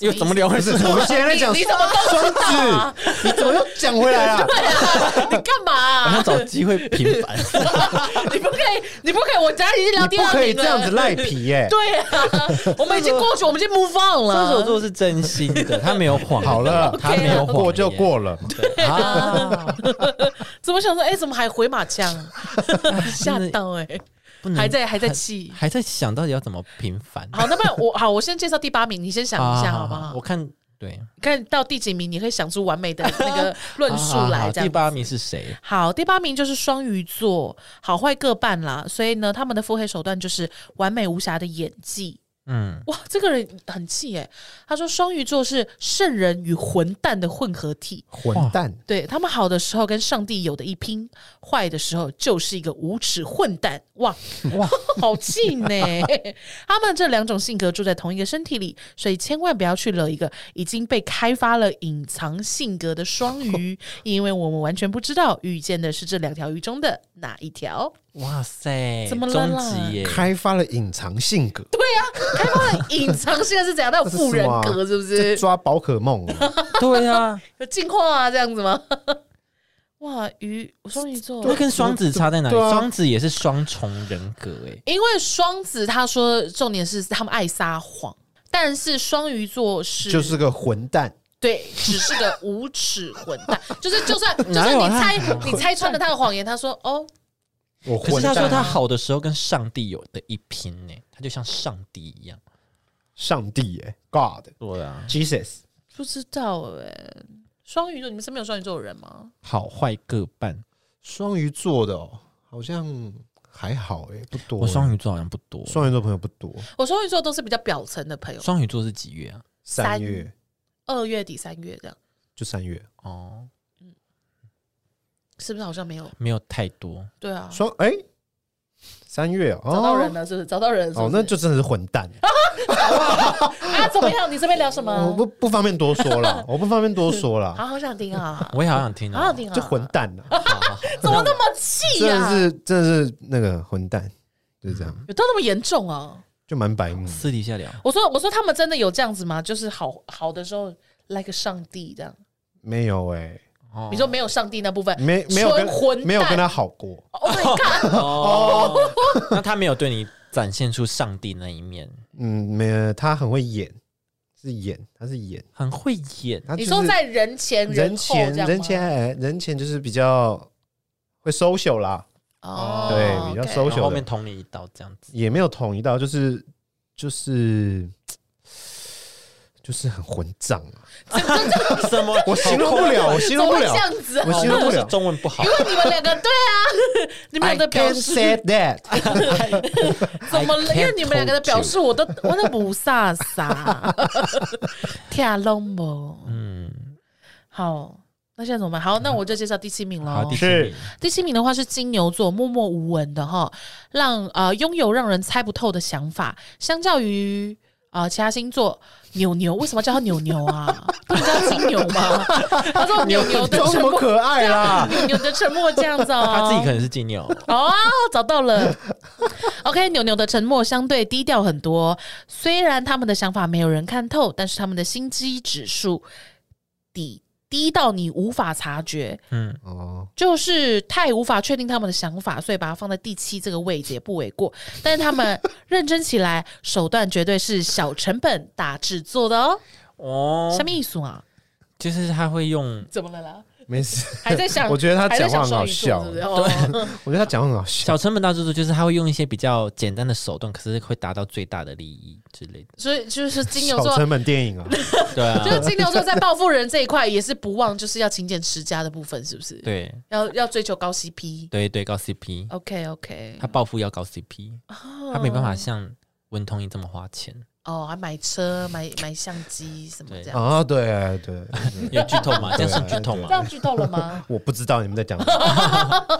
[SPEAKER 1] 又
[SPEAKER 2] 什么意思
[SPEAKER 1] 聊回
[SPEAKER 3] 不是我们现在在
[SPEAKER 2] 你
[SPEAKER 3] 讲
[SPEAKER 2] 你怎么都
[SPEAKER 3] 双子，你怎么又讲回来啊
[SPEAKER 2] <laughs>
[SPEAKER 3] 了？
[SPEAKER 2] 你干嘛
[SPEAKER 1] 我
[SPEAKER 2] 啊、
[SPEAKER 1] 想找机会平反。
[SPEAKER 2] <laughs> 你不可以，你不可以，我等下已经聊
[SPEAKER 3] 你
[SPEAKER 2] 啊第
[SPEAKER 3] 不
[SPEAKER 2] 二
[SPEAKER 3] 可以
[SPEAKER 2] 名
[SPEAKER 3] 这样子
[SPEAKER 2] 了。
[SPEAKER 3] 赖皮耶！
[SPEAKER 2] <laughs> 对啊，我们已经过去，我们已经 move on
[SPEAKER 1] 射手
[SPEAKER 2] 了。
[SPEAKER 1] 座是真心的，他没有谎言。
[SPEAKER 3] 好了
[SPEAKER 1] 他没有谎言
[SPEAKER 3] 过就。过了，
[SPEAKER 1] 对啊，
[SPEAKER 2] <laughs> 怎么想说？哎、怎么还回马枪？吓到哎、
[SPEAKER 1] 不能
[SPEAKER 2] 还在还在气。
[SPEAKER 1] 还在想到底要怎么平反。
[SPEAKER 2] 好，那不然我好，我先介绍第八名，你先想一下
[SPEAKER 1] 啊
[SPEAKER 2] 好不好？
[SPEAKER 1] 我看对
[SPEAKER 2] 看到第几名，你可以想出完美的那个论述
[SPEAKER 1] 好好
[SPEAKER 2] 来。
[SPEAKER 1] 好
[SPEAKER 2] 这
[SPEAKER 1] 啊
[SPEAKER 2] 样
[SPEAKER 1] 第八名是谁？
[SPEAKER 2] 好，第八名就是双鱼座，好坏各半啦。所以呢，他们的腹黑手段就是完美无瑕的演技。
[SPEAKER 1] 嗯，
[SPEAKER 2] 哇，这个人很气耶！他说双鱼座是圣人与混蛋的混合体，
[SPEAKER 3] 混蛋！
[SPEAKER 2] 对他们好的时候跟上帝有的一拼，坏的时候就是一个无耻混蛋。哇哇， <laughs> 好气呢！他们这两种性格住在同一个身体里，所以千万不要去惹一个已经被开发了隐藏性格的双
[SPEAKER 3] <laughs>
[SPEAKER 2] 鱼，因为我们完全不知道遇见的是这两条鱼中的哪一条。 <laughs>
[SPEAKER 1] 哇塞，
[SPEAKER 2] 怎么了
[SPEAKER 1] 终
[SPEAKER 2] 啦
[SPEAKER 1] 极耶？
[SPEAKER 3] 开发了隐藏性格，
[SPEAKER 2] 开发了隐藏性格是怎样？他有
[SPEAKER 3] 这是
[SPEAKER 2] 富人
[SPEAKER 3] 什么啊
[SPEAKER 2] 格是不
[SPEAKER 3] 在
[SPEAKER 2] 是？
[SPEAKER 3] 抓宝可梦哦，
[SPEAKER 2] <laughs>
[SPEAKER 1] 对啊，
[SPEAKER 2] 有进化啊，这样子吗？ <laughs> 哇，鱼双鱼座
[SPEAKER 1] 那，跟双子差在哪里？
[SPEAKER 3] 对啊
[SPEAKER 1] 双子也是双重人格哎。
[SPEAKER 2] 因为双子他说重点是他们爱撒谎，但是双鱼座是
[SPEAKER 3] 就是个混蛋。
[SPEAKER 2] 对，只是个无耻混蛋， <laughs> 就是就算就
[SPEAKER 1] 哪
[SPEAKER 2] 算
[SPEAKER 1] 有
[SPEAKER 2] 你
[SPEAKER 1] 啊
[SPEAKER 2] 猜 <laughs> 你猜穿了他的谎言，他说哦，
[SPEAKER 3] 我
[SPEAKER 1] 可
[SPEAKER 3] 混
[SPEAKER 1] 是他
[SPEAKER 3] 蛋啊
[SPEAKER 1] 说他好的时候跟上帝有的一拼呢，他就像上帝一样。
[SPEAKER 3] 上帝耶，God
[SPEAKER 1] 对啊，
[SPEAKER 3] Jesus，
[SPEAKER 2] 不知道哎、双鱼座，你们身边有双鱼座的人吗？
[SPEAKER 1] 好坏各半。
[SPEAKER 3] 双鱼座的哦，好像还好哎、不多。
[SPEAKER 1] 我双鱼座好像不多，
[SPEAKER 3] 双鱼座朋友不多，
[SPEAKER 2] 我双鱼座都是比较表层的朋友，
[SPEAKER 1] 双鱼座是几月啊？
[SPEAKER 2] 三
[SPEAKER 3] 三月
[SPEAKER 2] 二月底三月这样，
[SPEAKER 3] 就三月。
[SPEAKER 1] 哦，
[SPEAKER 2] 是不是好像没有？
[SPEAKER 1] 没有太多，
[SPEAKER 2] 对啊，
[SPEAKER 3] 双哎、三月哦，
[SPEAKER 2] 找到人了是不是？找到人了是不
[SPEAKER 3] 哦
[SPEAKER 2] 是，
[SPEAKER 3] 那就真的是混
[SPEAKER 2] <laughs>
[SPEAKER 3] 蛋。
[SPEAKER 2] 啊，怎么样？你这边聊什
[SPEAKER 3] 我
[SPEAKER 2] 么？
[SPEAKER 3] 不不方便多
[SPEAKER 2] <laughs>
[SPEAKER 3] 说了，我不方便多说了，
[SPEAKER 2] 好好想听啊，
[SPEAKER 1] 我也好想听
[SPEAKER 2] 好想
[SPEAKER 1] 哦。
[SPEAKER 2] 听啊，
[SPEAKER 3] 就混蛋了，
[SPEAKER 1] 好好好
[SPEAKER 2] 怎么那么气啊
[SPEAKER 3] 真的
[SPEAKER 2] 呀？
[SPEAKER 3] 是真的是那个混蛋，就是这样，
[SPEAKER 2] 有到那么严重啊？
[SPEAKER 3] 就蛮白目。
[SPEAKER 1] 嗯私底下聊，
[SPEAKER 2] 我说我说他们真的有这样子吗？就是好好的时候来个上帝这样，
[SPEAKER 3] 没有哎、
[SPEAKER 1] 哦
[SPEAKER 2] 你说没有上帝那部分，
[SPEAKER 3] 没没有
[SPEAKER 2] 纯混
[SPEAKER 3] 跟
[SPEAKER 2] 蛋
[SPEAKER 3] 没有跟他好过，
[SPEAKER 2] Oh my god！
[SPEAKER 1] 哦， <laughs> 那他没有对你展现出上帝那一面，
[SPEAKER 3] 嗯，没有，他很会演，是演，他是演，
[SPEAKER 1] 很会演，
[SPEAKER 3] 他就
[SPEAKER 2] 你
[SPEAKER 3] 是
[SPEAKER 2] 说在人前
[SPEAKER 3] 人
[SPEAKER 2] 后
[SPEAKER 3] 前
[SPEAKER 2] 这样吗
[SPEAKER 3] 人前哎人前就是比较会 social 啦，
[SPEAKER 2] 哦，
[SPEAKER 3] 对比较
[SPEAKER 2] OK
[SPEAKER 3] 收
[SPEAKER 1] 然后
[SPEAKER 3] 秀的
[SPEAKER 1] 后面捅你一刀这
[SPEAKER 3] <laughs>
[SPEAKER 1] 样子。
[SPEAKER 3] 也没有统一到，就是就是。就是很混账啊！ <laughs>
[SPEAKER 1] 什 <laughs> 么？
[SPEAKER 3] 我形容不
[SPEAKER 2] <laughs>
[SPEAKER 3] 了，我形
[SPEAKER 2] 怎
[SPEAKER 3] 容
[SPEAKER 2] 么
[SPEAKER 3] 不
[SPEAKER 2] 会
[SPEAKER 3] 了
[SPEAKER 2] 这，样子啊
[SPEAKER 3] 我？形容不
[SPEAKER 1] 我
[SPEAKER 3] 了
[SPEAKER 1] 哦是。中文不好
[SPEAKER 2] 因。为你们两个对啊， <laughs> 你们
[SPEAKER 3] I
[SPEAKER 2] 两个
[SPEAKER 3] c a
[SPEAKER 2] 表
[SPEAKER 3] n
[SPEAKER 2] 示
[SPEAKER 3] say that
[SPEAKER 2] <laughs> 怎么了？
[SPEAKER 1] I can't
[SPEAKER 2] 因为你们两个的表示，我都我都不飒飒， <laughs> 天龙不
[SPEAKER 1] 嗯，
[SPEAKER 2] 好。那现在怎么办？好，那我就介绍第七名
[SPEAKER 1] 好，
[SPEAKER 2] 喽
[SPEAKER 1] 第。七
[SPEAKER 3] 哦是
[SPEAKER 1] 名，
[SPEAKER 2] 第七名的话是金牛座，默默无闻的哈，让呃拥有让人猜不透的想法，相较于。啊、其他星座牛牛为什么叫他牛牛啊？ <laughs> 不能叫金牛吗？他说牛牛的
[SPEAKER 3] 有什
[SPEAKER 2] 沉
[SPEAKER 3] 么
[SPEAKER 2] 默，啊
[SPEAKER 3] 可爱啊啦？
[SPEAKER 2] 牛牛的沉默这样子哦。
[SPEAKER 1] 他自己可能是金
[SPEAKER 3] <laughs>
[SPEAKER 1] 牛，
[SPEAKER 2] 哦，找到了。OK，牛牛的沉默相对低调很多，虽然他们的想法没有人看透，但是他们的心机指数低低到你无法察觉，
[SPEAKER 1] 嗯，
[SPEAKER 3] 哦，
[SPEAKER 2] 就是太无法确定他们的想法，所以把它放在第七这个位置也不为过。但是他们认真起来，手段绝对是小成本大制作的哦。
[SPEAKER 1] 哦
[SPEAKER 2] 什，么意思啊？
[SPEAKER 1] 就是他会用
[SPEAKER 2] 怎么了啦？
[SPEAKER 3] 没事。
[SPEAKER 2] 还在想
[SPEAKER 3] <laughs> ？我觉得他
[SPEAKER 2] 还在
[SPEAKER 3] 讲话
[SPEAKER 2] 想
[SPEAKER 3] 很好
[SPEAKER 2] 双鱼座
[SPEAKER 3] 笑
[SPEAKER 2] 是不是哦
[SPEAKER 3] 我觉得他讲话很好笑，
[SPEAKER 1] 小成本大制作，就是他会用一些比较简单的手段，可是会达到最大的利益之类
[SPEAKER 3] <laughs>
[SPEAKER 1] 的。
[SPEAKER 2] <laughs> 所以就是金牛
[SPEAKER 3] 小
[SPEAKER 2] 座
[SPEAKER 3] 成本
[SPEAKER 2] <laughs>
[SPEAKER 3] 电影啊，
[SPEAKER 1] 对啊，
[SPEAKER 2] 就是金牛座在报复人这一块也是不忘，就是要勤俭持家的部分，是不是？，
[SPEAKER 1] 对
[SPEAKER 2] 要要追求高 CP。
[SPEAKER 1] 对对，高 CP，
[SPEAKER 2] OK OK，
[SPEAKER 1] 他暴富要高 CP，他
[SPEAKER 2] 哦
[SPEAKER 1] 没办法像文通一这么花钱， <laughs>
[SPEAKER 2] 哦，还买车、买买相机什么这样。
[SPEAKER 3] 啊，对对，
[SPEAKER 1] 有剧透吗？这样算剧透
[SPEAKER 2] 这
[SPEAKER 1] 吗？
[SPEAKER 2] 样剧透了吗
[SPEAKER 3] 我不知道你们在讲
[SPEAKER 2] <laughs>
[SPEAKER 3] 什么，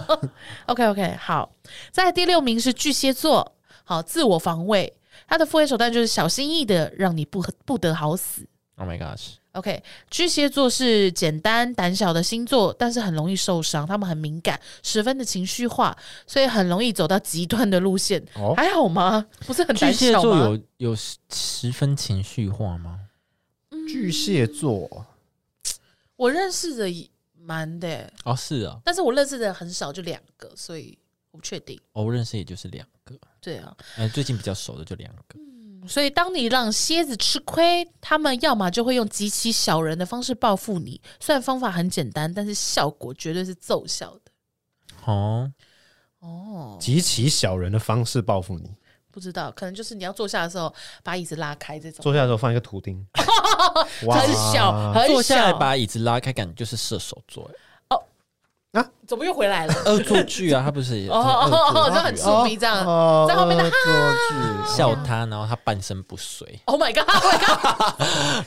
[SPEAKER 2] ？OK OK，好，在第六名是巨蟹座，好，自我防卫，他的复位手段就是小心翼翼的让你不不得好死。
[SPEAKER 1] Oh my gosh！
[SPEAKER 2] OK，巨蟹座是简单胆小的星座，但是很容易受伤，他们很敏感，十分的情绪化，所以很容易走到极端的路线。
[SPEAKER 3] 哦
[SPEAKER 2] 还好吗？不是很
[SPEAKER 1] 巨
[SPEAKER 2] 胆
[SPEAKER 1] 蟹
[SPEAKER 2] 小
[SPEAKER 1] 座
[SPEAKER 2] 吗？
[SPEAKER 1] 有有十十分情绪化吗？
[SPEAKER 3] 巨蟹座，
[SPEAKER 2] 我认识的也蛮的欸，
[SPEAKER 1] 哦，是啊，
[SPEAKER 2] 但是我认识的很少，就两个，所以我不确定。
[SPEAKER 1] 哦我认识也就是两个，
[SPEAKER 2] 对啊，
[SPEAKER 1] 呃，最近比较熟的就两个。
[SPEAKER 2] 嗯所以当你让蝎子吃亏，他们要么就会用极其小人的方式报复你，虽然方法很简单，但是效果绝对是奏效的。
[SPEAKER 1] 哦，
[SPEAKER 2] 哦，
[SPEAKER 3] 极其小人的方式报复你。
[SPEAKER 2] 不知道，可能就是你要坐下的时候把椅子拉开这种，
[SPEAKER 3] 坐下的时候放一个图钉，
[SPEAKER 2] <laughs> 很小，很小。
[SPEAKER 1] 坐下来把椅子拉开，感觉就是射手座，哎
[SPEAKER 2] 怎么又回来了？
[SPEAKER 1] 恶作剧啊，他不是也
[SPEAKER 2] 哦哦
[SPEAKER 1] 恶作
[SPEAKER 2] 哦，
[SPEAKER 1] 剧
[SPEAKER 2] 就很
[SPEAKER 1] 啊
[SPEAKER 2] 出名这样。在后面的
[SPEAKER 3] 恶作哦剧，
[SPEAKER 1] 笑他，然后他半身不遂。
[SPEAKER 2] Oh my god！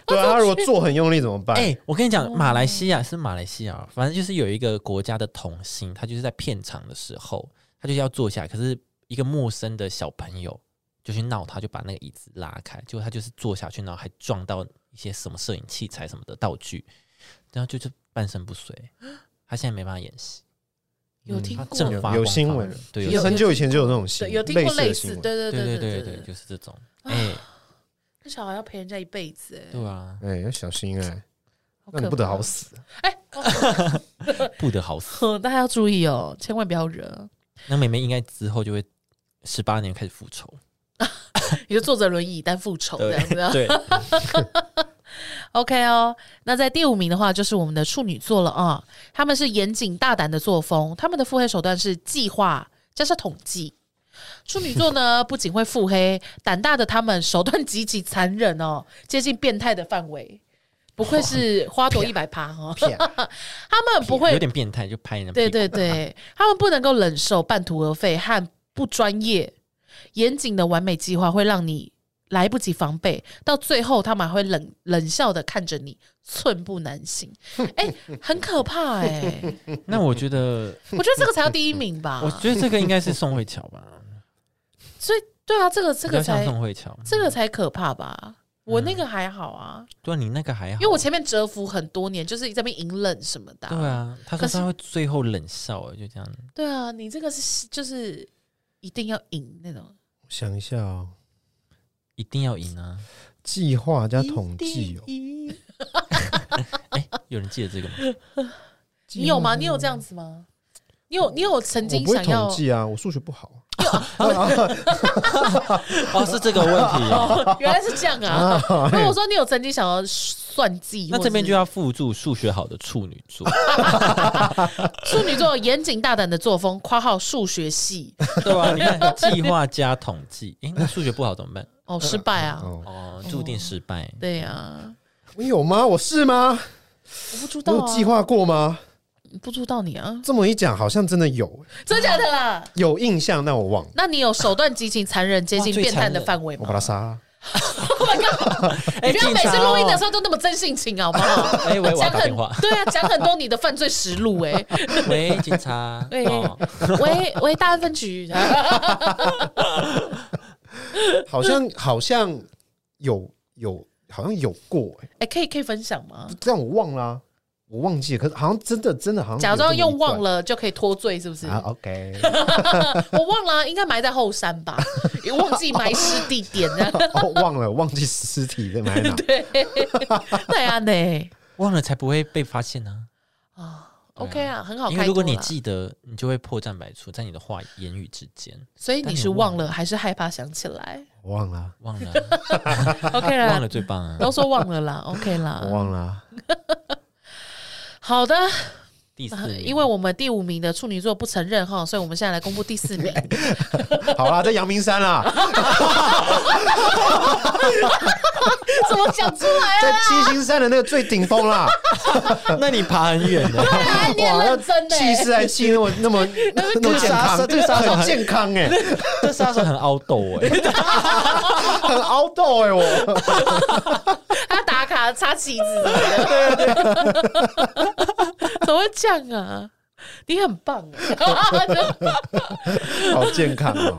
[SPEAKER 3] 对啊，他如果坐很用力怎么办？
[SPEAKER 1] 哎、我跟你讲，马来西亚是马来西亚，反正就是有一个国家的童星，他就是在片场的时候，他就是要坐下来，可是一个陌生的小朋友就去闹他，就把那个椅子拉开，结果他就是坐下去，然后还撞到一些什么摄影器材什么的道具，然后就就半身不遂。他现在没办法演戏，
[SPEAKER 2] 有听
[SPEAKER 1] 他
[SPEAKER 2] 过
[SPEAKER 1] 正发
[SPEAKER 3] 有
[SPEAKER 1] 光
[SPEAKER 3] 新
[SPEAKER 1] 发
[SPEAKER 3] 闻
[SPEAKER 1] 热对，
[SPEAKER 2] 有
[SPEAKER 1] 有
[SPEAKER 3] 很久以前就有那种
[SPEAKER 2] 对，
[SPEAKER 3] 新
[SPEAKER 2] 有听过
[SPEAKER 3] 类
[SPEAKER 2] 类似，
[SPEAKER 3] 似的新闻，
[SPEAKER 2] 对对
[SPEAKER 1] 对
[SPEAKER 2] 对
[SPEAKER 1] 对
[SPEAKER 2] 对
[SPEAKER 1] 对，
[SPEAKER 2] 对
[SPEAKER 1] 就是这种，哎，
[SPEAKER 2] 那小孩要陪人家一辈子哎、
[SPEAKER 1] 对啊，
[SPEAKER 3] 哎，要小心哎，
[SPEAKER 2] 好
[SPEAKER 3] 那你
[SPEAKER 2] 可
[SPEAKER 3] 不得
[SPEAKER 2] 怕
[SPEAKER 3] 好！死。
[SPEAKER 2] 哎、
[SPEAKER 1] 不得好死。
[SPEAKER 2] <laughs> 大家要注意哦，千万不要惹。
[SPEAKER 1] 那妹妹应该之后就会十八年开始复仇，
[SPEAKER 2] 你就坐着轮椅但复仇这样子。啊
[SPEAKER 1] 对，
[SPEAKER 2] OK 哦，那在第五名的话就是我们的处女座了啊、他们是严谨大胆的作风，他们的腹黑手段是计划加上统计。处女座呢，不仅会腹黑，胆大的他们手段极其残忍哦，接近变态的范围。不愧是花朵一百趴哈，他们不会
[SPEAKER 1] 有点变态，就拍人家屁股。
[SPEAKER 2] 对对对，他们不能够忍受半途而废和不专业。严谨的完美计划会让你来不及防备，到最后他们还会冷冷笑的看着你，寸步难行。哎、很可怕哎、
[SPEAKER 1] 那我觉
[SPEAKER 2] <laughs>
[SPEAKER 1] 得，
[SPEAKER 2] 我觉得这个才叫第一名吧。
[SPEAKER 1] 我觉得这个应该是宋慧乔吧，
[SPEAKER 2] 所以对啊，这 <laughs> 个这
[SPEAKER 1] 比
[SPEAKER 2] 个
[SPEAKER 1] 较像
[SPEAKER 2] 才
[SPEAKER 1] 宋慧
[SPEAKER 2] <laughs>
[SPEAKER 1] 乔。
[SPEAKER 2] 这个才可怕吧。我那个还好啊，
[SPEAKER 1] 对啊你那个还好，
[SPEAKER 2] 因为我前面蛰伏很多年，就是这边隐忍什么的、
[SPEAKER 1] 对，啊，他
[SPEAKER 2] 可
[SPEAKER 1] 说
[SPEAKER 2] 是
[SPEAKER 1] 他会最后冷笑，哎就这样。
[SPEAKER 2] 对啊，你这个是就是一定要赢那种，
[SPEAKER 3] 我想一下哦，
[SPEAKER 1] 一定要赢啊！
[SPEAKER 3] 计划加统计哦，
[SPEAKER 2] 一定赢啊
[SPEAKER 1] 有人记得这个吗？
[SPEAKER 2] 你有吗？你有这样子吗？你有你有曾
[SPEAKER 3] 我
[SPEAKER 2] 经
[SPEAKER 3] 不会
[SPEAKER 2] 想要
[SPEAKER 3] 统计啊，我数学不好。
[SPEAKER 1] 哦，是这个问题。啊
[SPEAKER 2] <laughs> 哦，原来是这样
[SPEAKER 3] <laughs>
[SPEAKER 2] 啊！
[SPEAKER 3] 哎
[SPEAKER 2] 那我说你有曾经想要算计，
[SPEAKER 1] 那这边就
[SPEAKER 2] 要
[SPEAKER 1] 要附注数学好的处女
[SPEAKER 2] <laughs>
[SPEAKER 1] 座。
[SPEAKER 2] 处女座严谨大胆的作风（括号数学
[SPEAKER 3] <laughs>
[SPEAKER 2] 系
[SPEAKER 1] 对啊，你看计划加统计，诶，那数学不好怎么办？）
[SPEAKER 2] 哦，失败啊！
[SPEAKER 3] 哦，
[SPEAKER 1] 哦，注定失败。
[SPEAKER 2] 对呀、啊，
[SPEAKER 3] 我有吗？我是吗？
[SPEAKER 2] 我不知
[SPEAKER 3] 我
[SPEAKER 2] 道、
[SPEAKER 3] 有
[SPEAKER 2] 啊，
[SPEAKER 3] 计划过吗？
[SPEAKER 2] 不知道你啊，
[SPEAKER 3] 这么一讲，好像真的有
[SPEAKER 2] 真假的啦？
[SPEAKER 3] 有印象，但我忘了，
[SPEAKER 2] 那你有手段激情、残忍、接近
[SPEAKER 1] 哇最
[SPEAKER 2] 变态
[SPEAKER 1] 残
[SPEAKER 2] 的
[SPEAKER 1] 忍
[SPEAKER 2] 范围
[SPEAKER 3] 我
[SPEAKER 2] 吗
[SPEAKER 3] 把？他哎杀了。
[SPEAKER 1] 哎
[SPEAKER 2] 你不要每次
[SPEAKER 3] 哦
[SPEAKER 2] 录音的时
[SPEAKER 1] 候，
[SPEAKER 2] 候都那么真性情，好不
[SPEAKER 3] <laughs>
[SPEAKER 2] 好？
[SPEAKER 1] 哎，喂，我要
[SPEAKER 2] 讲
[SPEAKER 1] 打
[SPEAKER 2] 很。
[SPEAKER 1] 电话
[SPEAKER 2] <laughs> 对啊，讲很多你的犯罪实录哎、
[SPEAKER 1] 喂，警
[SPEAKER 2] <laughs>
[SPEAKER 1] 察。
[SPEAKER 2] 喂
[SPEAKER 1] 哦
[SPEAKER 2] 喂喂，大安分局，哎
[SPEAKER 3] 好像好像有有好像有过、欸，
[SPEAKER 2] 哎、可以可以分享吗？
[SPEAKER 3] 但我忘了啊、我忘记了。可是好像真的真的好像
[SPEAKER 2] 假装用忘
[SPEAKER 3] 了
[SPEAKER 2] 了就可以脱罪，是不是？
[SPEAKER 3] 啊，OK，
[SPEAKER 2] 我忘了啊，应该埋在后山吧，也忘记埋尸地点啊了。
[SPEAKER 3] 哦忘了忘记尸体在哪里
[SPEAKER 2] 对，对啊呢，
[SPEAKER 1] 忘了才不会被发现呢。
[SPEAKER 2] 啊，OK 啊，很好
[SPEAKER 1] 因
[SPEAKER 2] 开
[SPEAKER 1] 为如
[SPEAKER 2] 脱
[SPEAKER 1] 果你
[SPEAKER 2] 啦。
[SPEAKER 1] 记得，你就会破绽百出，在你的话言语之间。
[SPEAKER 2] 所以你是
[SPEAKER 1] 但你忘
[SPEAKER 2] 忘了还是害怕想起
[SPEAKER 1] <laughs>
[SPEAKER 2] 来
[SPEAKER 3] 我忘了，
[SPEAKER 1] 忘了，
[SPEAKER 2] <laughs> ？OK
[SPEAKER 1] 忘
[SPEAKER 2] 啦
[SPEAKER 1] 了，最棒啊！
[SPEAKER 2] 都说忘了啦，OK 啦
[SPEAKER 3] <laughs> 我。忘了。
[SPEAKER 2] 好的，
[SPEAKER 1] 第四名，
[SPEAKER 2] 呃因为我们第五名的处女座不承认哈，所以我们现在来公布第四
[SPEAKER 3] <laughs>
[SPEAKER 2] 名。
[SPEAKER 3] 好啦，在阳明山
[SPEAKER 2] 哎
[SPEAKER 3] 啦，
[SPEAKER 2] 怎么讲出来啊？
[SPEAKER 3] 在七星山的那个最顶峰啦，
[SPEAKER 1] 那你爬很远的，
[SPEAKER 2] 哎 <laughs> 你很
[SPEAKER 3] 哇，
[SPEAKER 2] 认真
[SPEAKER 3] 那
[SPEAKER 2] 的
[SPEAKER 3] 气
[SPEAKER 2] 欸，
[SPEAKER 3] 势还气那么那
[SPEAKER 2] <laughs>
[SPEAKER 3] 么那么健
[SPEAKER 1] 这个杀
[SPEAKER 3] 康，
[SPEAKER 1] 手这个杀手
[SPEAKER 3] 很健康哎，
[SPEAKER 1] 这杀手很凹
[SPEAKER 2] <laughs>
[SPEAKER 1] 斗哎。
[SPEAKER 3] 很凹斗哎，我
[SPEAKER 2] 他打卡插旗
[SPEAKER 3] <laughs>
[SPEAKER 2] 子之类的，怎么会这样啊？你很棒
[SPEAKER 3] <laughs>
[SPEAKER 2] 啊！
[SPEAKER 3] 好健康哦。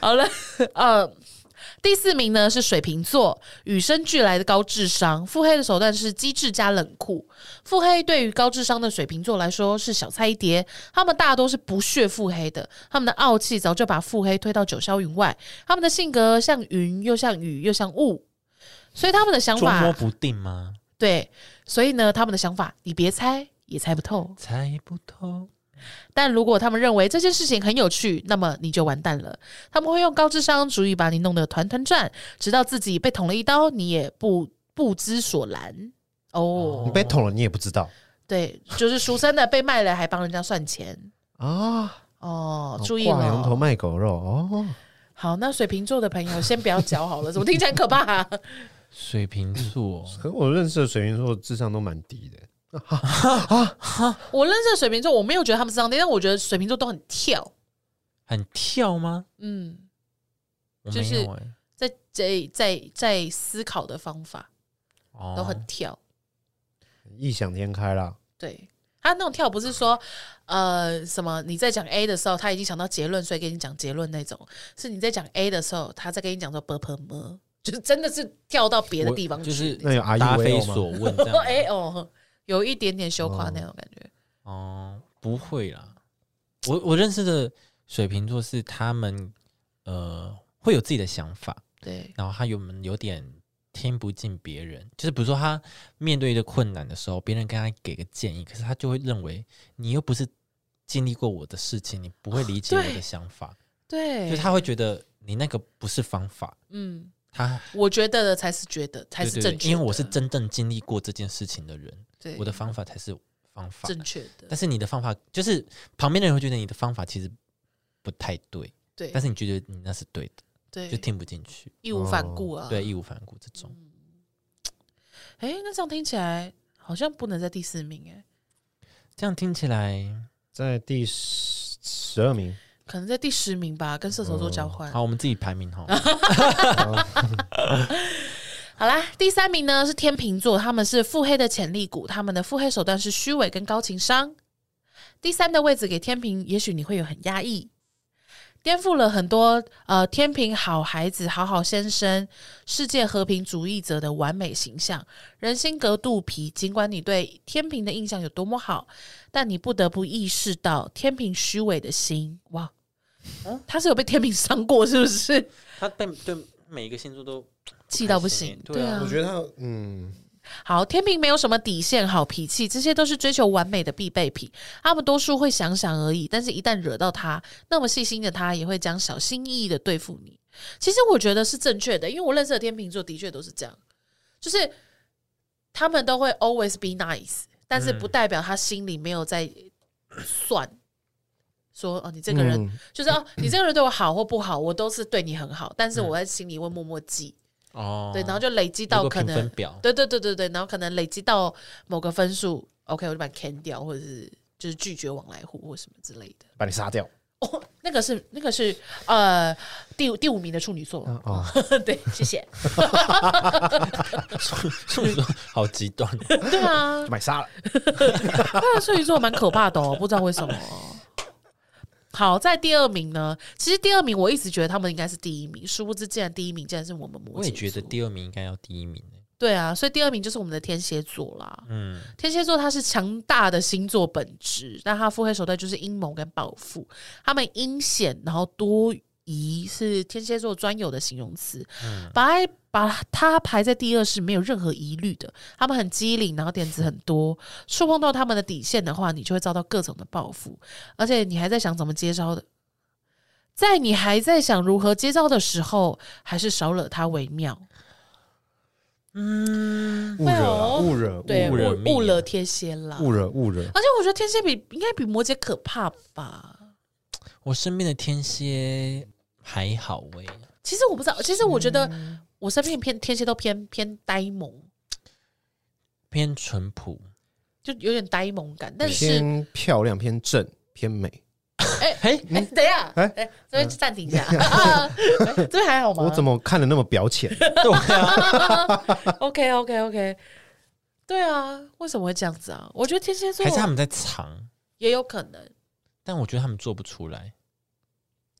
[SPEAKER 2] 好了， <laughs> 呃，第四名呢是水瓶座，与生俱来的高智商。腹黑的手段是机智加冷酷。腹黑对于高智商的水瓶座来说是小菜一碟，他们大多是不屑腹黑的，他们的傲气早就把腹黑推到九霄云外。他们的性格像云，又像雨，又像雾，所以他们的想
[SPEAKER 1] <laughs> 捉摸
[SPEAKER 2] 法
[SPEAKER 1] 不定吗？
[SPEAKER 2] 对，所以呢，他们的想法你别猜也猜不透。
[SPEAKER 1] 猜不透。
[SPEAKER 2] 但如果他们认为这件事情很有趣，那么你就完蛋了。他们会用高智商主意把你弄得团团转，直到自己被捅了一刀，你也不不知所然。哦，
[SPEAKER 3] 你被捅了，你也不知道
[SPEAKER 2] 对，就是俗称的被卖了还帮人家算钱。
[SPEAKER 3] 啊，
[SPEAKER 2] 哦，注意
[SPEAKER 3] 挂羊头
[SPEAKER 2] 了。
[SPEAKER 3] 卖狗肉哦。
[SPEAKER 2] 好，那水瓶座的朋友先不要嚼好了，怎么听起来很可怕、啊？
[SPEAKER 1] 水瓶座，
[SPEAKER 3] 可我认识的水瓶座智商都蛮低的，
[SPEAKER 2] 我认识的水瓶座，我没有觉得他们智商低，但我觉得水瓶座都很跳。
[SPEAKER 1] 很跳吗？
[SPEAKER 2] 嗯，
[SPEAKER 1] 我
[SPEAKER 2] 就
[SPEAKER 1] 没
[SPEAKER 2] 是
[SPEAKER 1] 有哎、
[SPEAKER 2] 在在在在思考的方法
[SPEAKER 1] 哦，
[SPEAKER 2] 都很跳。
[SPEAKER 3] 异想天开啦。
[SPEAKER 2] 对他那种跳不是说，呃，什么你在讲 A 的时候，他已经想到结论，所以跟你讲结论那种，是你在讲 A 的时候，他在跟你讲说 b p m，就是真的是跳到别的地方
[SPEAKER 1] 我
[SPEAKER 2] 去，
[SPEAKER 1] 就是
[SPEAKER 3] 那有阿
[SPEAKER 1] 答
[SPEAKER 3] 姨
[SPEAKER 1] 非
[SPEAKER 3] 有吗？
[SPEAKER 1] 所问这样。
[SPEAKER 2] <laughs>
[SPEAKER 1] 啊
[SPEAKER 2] 哎、哦，有一点点羞夸那种感觉。
[SPEAKER 1] 哦，不会啦，我我认识的水瓶座是他们呃会有自己的想法，
[SPEAKER 2] 对，
[SPEAKER 1] 然后他有有点听不进别人，就是比如说他面对的困难的时候，别人跟他给个建议，可是他就会认为你又不是经历过我的事情，你不会理解我的
[SPEAKER 2] 对
[SPEAKER 1] 想法，
[SPEAKER 2] <laughs> 对，
[SPEAKER 1] 就是他会觉得你那个不是方法，
[SPEAKER 2] 嗯，
[SPEAKER 1] 他
[SPEAKER 2] 我觉得的才是觉得才
[SPEAKER 1] 对
[SPEAKER 2] 是
[SPEAKER 1] 对对
[SPEAKER 2] 正确的，
[SPEAKER 1] 因为我是真正经历过这件事情的人，
[SPEAKER 2] 对
[SPEAKER 1] 我的方法才是方法。
[SPEAKER 2] 正确的，
[SPEAKER 1] 但是你的方法就是旁边的人会觉得你的方法其实不太对，
[SPEAKER 2] 对，
[SPEAKER 1] 但是你觉得你那是对的，就
[SPEAKER 2] 对，嗯
[SPEAKER 1] 听不进去，
[SPEAKER 2] 义无反顾啊。
[SPEAKER 1] 对，，义无反顾这种。
[SPEAKER 2] 哎、那这样听起来好像不能在第四名哎、
[SPEAKER 1] 这样听起来，
[SPEAKER 3] 在第十十二名，
[SPEAKER 2] 可能在第十名吧，跟射手座交换。
[SPEAKER 1] 好，我们自己排名
[SPEAKER 2] <laughs>
[SPEAKER 1] 哈。
[SPEAKER 2] 好啦，第三名呢是天秤座，他们是腹黑的潜力股，他们的腹黑手段是虚伪跟高情商。第三的位置给天平，也许你会有很压抑，颠覆了很多呃天平好孩子、好好先生、世界和平主义者的完美形象，人心隔肚皮。尽管你对天平的印象有多么好，但你不得不意识到天平虚伪的心。哇，
[SPEAKER 1] 啊
[SPEAKER 2] 他是有被天平伤过，是不是？
[SPEAKER 1] 他被对每一个星座都
[SPEAKER 2] 气到不行，
[SPEAKER 1] 对啊
[SPEAKER 2] 啊，
[SPEAKER 3] 我觉得他嗯，
[SPEAKER 2] 好，天平没有什么底线、好脾气，这些都是追求完美的必备品。他们多数会想想而已，但是一旦惹到他，那么细心的他也会将小心翼翼的对付你。其实我觉得是正确的，因为我认识的天秤座的确都是这样，就是他们都会 always be nice，但是不代表他心里没有在算。说哦，你这个人、
[SPEAKER 3] 嗯
[SPEAKER 2] 就是哦，你这个人对我好或不好，我都是对你很好，但是我在心里会默默记，
[SPEAKER 1] 哦，
[SPEAKER 2] 对，然后就累积
[SPEAKER 1] 有
[SPEAKER 2] 到
[SPEAKER 1] 个
[SPEAKER 2] 可
[SPEAKER 1] 评
[SPEAKER 2] 能
[SPEAKER 1] 分表，
[SPEAKER 2] 对对对对对，然后可能累积到某个分数，OK，我就把你 can 掉，或者是就是拒绝往来户或什么之类的。
[SPEAKER 3] 把你杀掉
[SPEAKER 2] 哦，那个是那个是呃第五第五名的处女座，
[SPEAKER 1] 啊
[SPEAKER 3] 哦，
[SPEAKER 2] <laughs> 对，
[SPEAKER 1] <laughs>
[SPEAKER 2] 谢谢。
[SPEAKER 1] 处
[SPEAKER 2] <laughs>
[SPEAKER 1] 女座好极端哦，
[SPEAKER 2] 对啊
[SPEAKER 3] 就，把
[SPEAKER 2] <laughs>
[SPEAKER 3] 你杀了。
[SPEAKER 2] 那啊处女座蛮可怕的哦，不知道为什么。好，在第二名呢，其实第二名我一直觉得他们应该是第一名，殊不知竟然第一名竟然是我们摩羯座。
[SPEAKER 1] 我也觉得第二名应该要第一名欸
[SPEAKER 2] 对啊，所以第二名就是我们的天蝎座啦。
[SPEAKER 1] 嗯，
[SPEAKER 2] 天蝎座它是强大的星座本质，但它腹黑手段就是阴谋跟报复。他们阴险，然后多疑，是天蝎座专有的形容词。把它把它排在第二是没有任何疑虑的。他们很机灵，然后点子很多，触碰到他们的底线的话，你就会遭到各种的报复。而且你还在想怎么接招的，在你还在想如何接招的时候，还是少惹他为妙。
[SPEAKER 3] 勿惹啊，
[SPEAKER 2] 会哦
[SPEAKER 3] 勿惹，
[SPEAKER 2] 对，
[SPEAKER 1] 误
[SPEAKER 3] 勿
[SPEAKER 1] 人
[SPEAKER 2] 勿
[SPEAKER 1] 命
[SPEAKER 2] 勿
[SPEAKER 1] 啊
[SPEAKER 2] 惹天蝎啦。
[SPEAKER 3] 勿惹，勿惹。
[SPEAKER 2] 而且我觉得天蝎比应该比摩羯可怕吧？
[SPEAKER 1] 我身边的天蝎还好欸喂、
[SPEAKER 2] 其实我不知道，
[SPEAKER 3] 嗯
[SPEAKER 2] 其实我觉得我身边偏天蝎都偏偏呆萌，
[SPEAKER 1] 偏淳朴，
[SPEAKER 2] 就有点呆萌感。但是， <laughs>
[SPEAKER 3] 偏漂亮，偏正，偏美。
[SPEAKER 1] 嘿、
[SPEAKER 2] 哎、等一下，哎、
[SPEAKER 3] 哎
[SPEAKER 2] 这边暂停一
[SPEAKER 3] <laughs>
[SPEAKER 2] 下， <laughs> 啊哎这边还好吗？
[SPEAKER 3] 我怎么看的那么
[SPEAKER 2] <laughs>
[SPEAKER 3] 表浅？
[SPEAKER 1] 对啊，
[SPEAKER 2] ？OK OK OK，对啊，为什么会这样子啊？我觉得天蝎座
[SPEAKER 1] 还是他们在藏，
[SPEAKER 2] 也有可能
[SPEAKER 1] 但我觉得他们做不出来。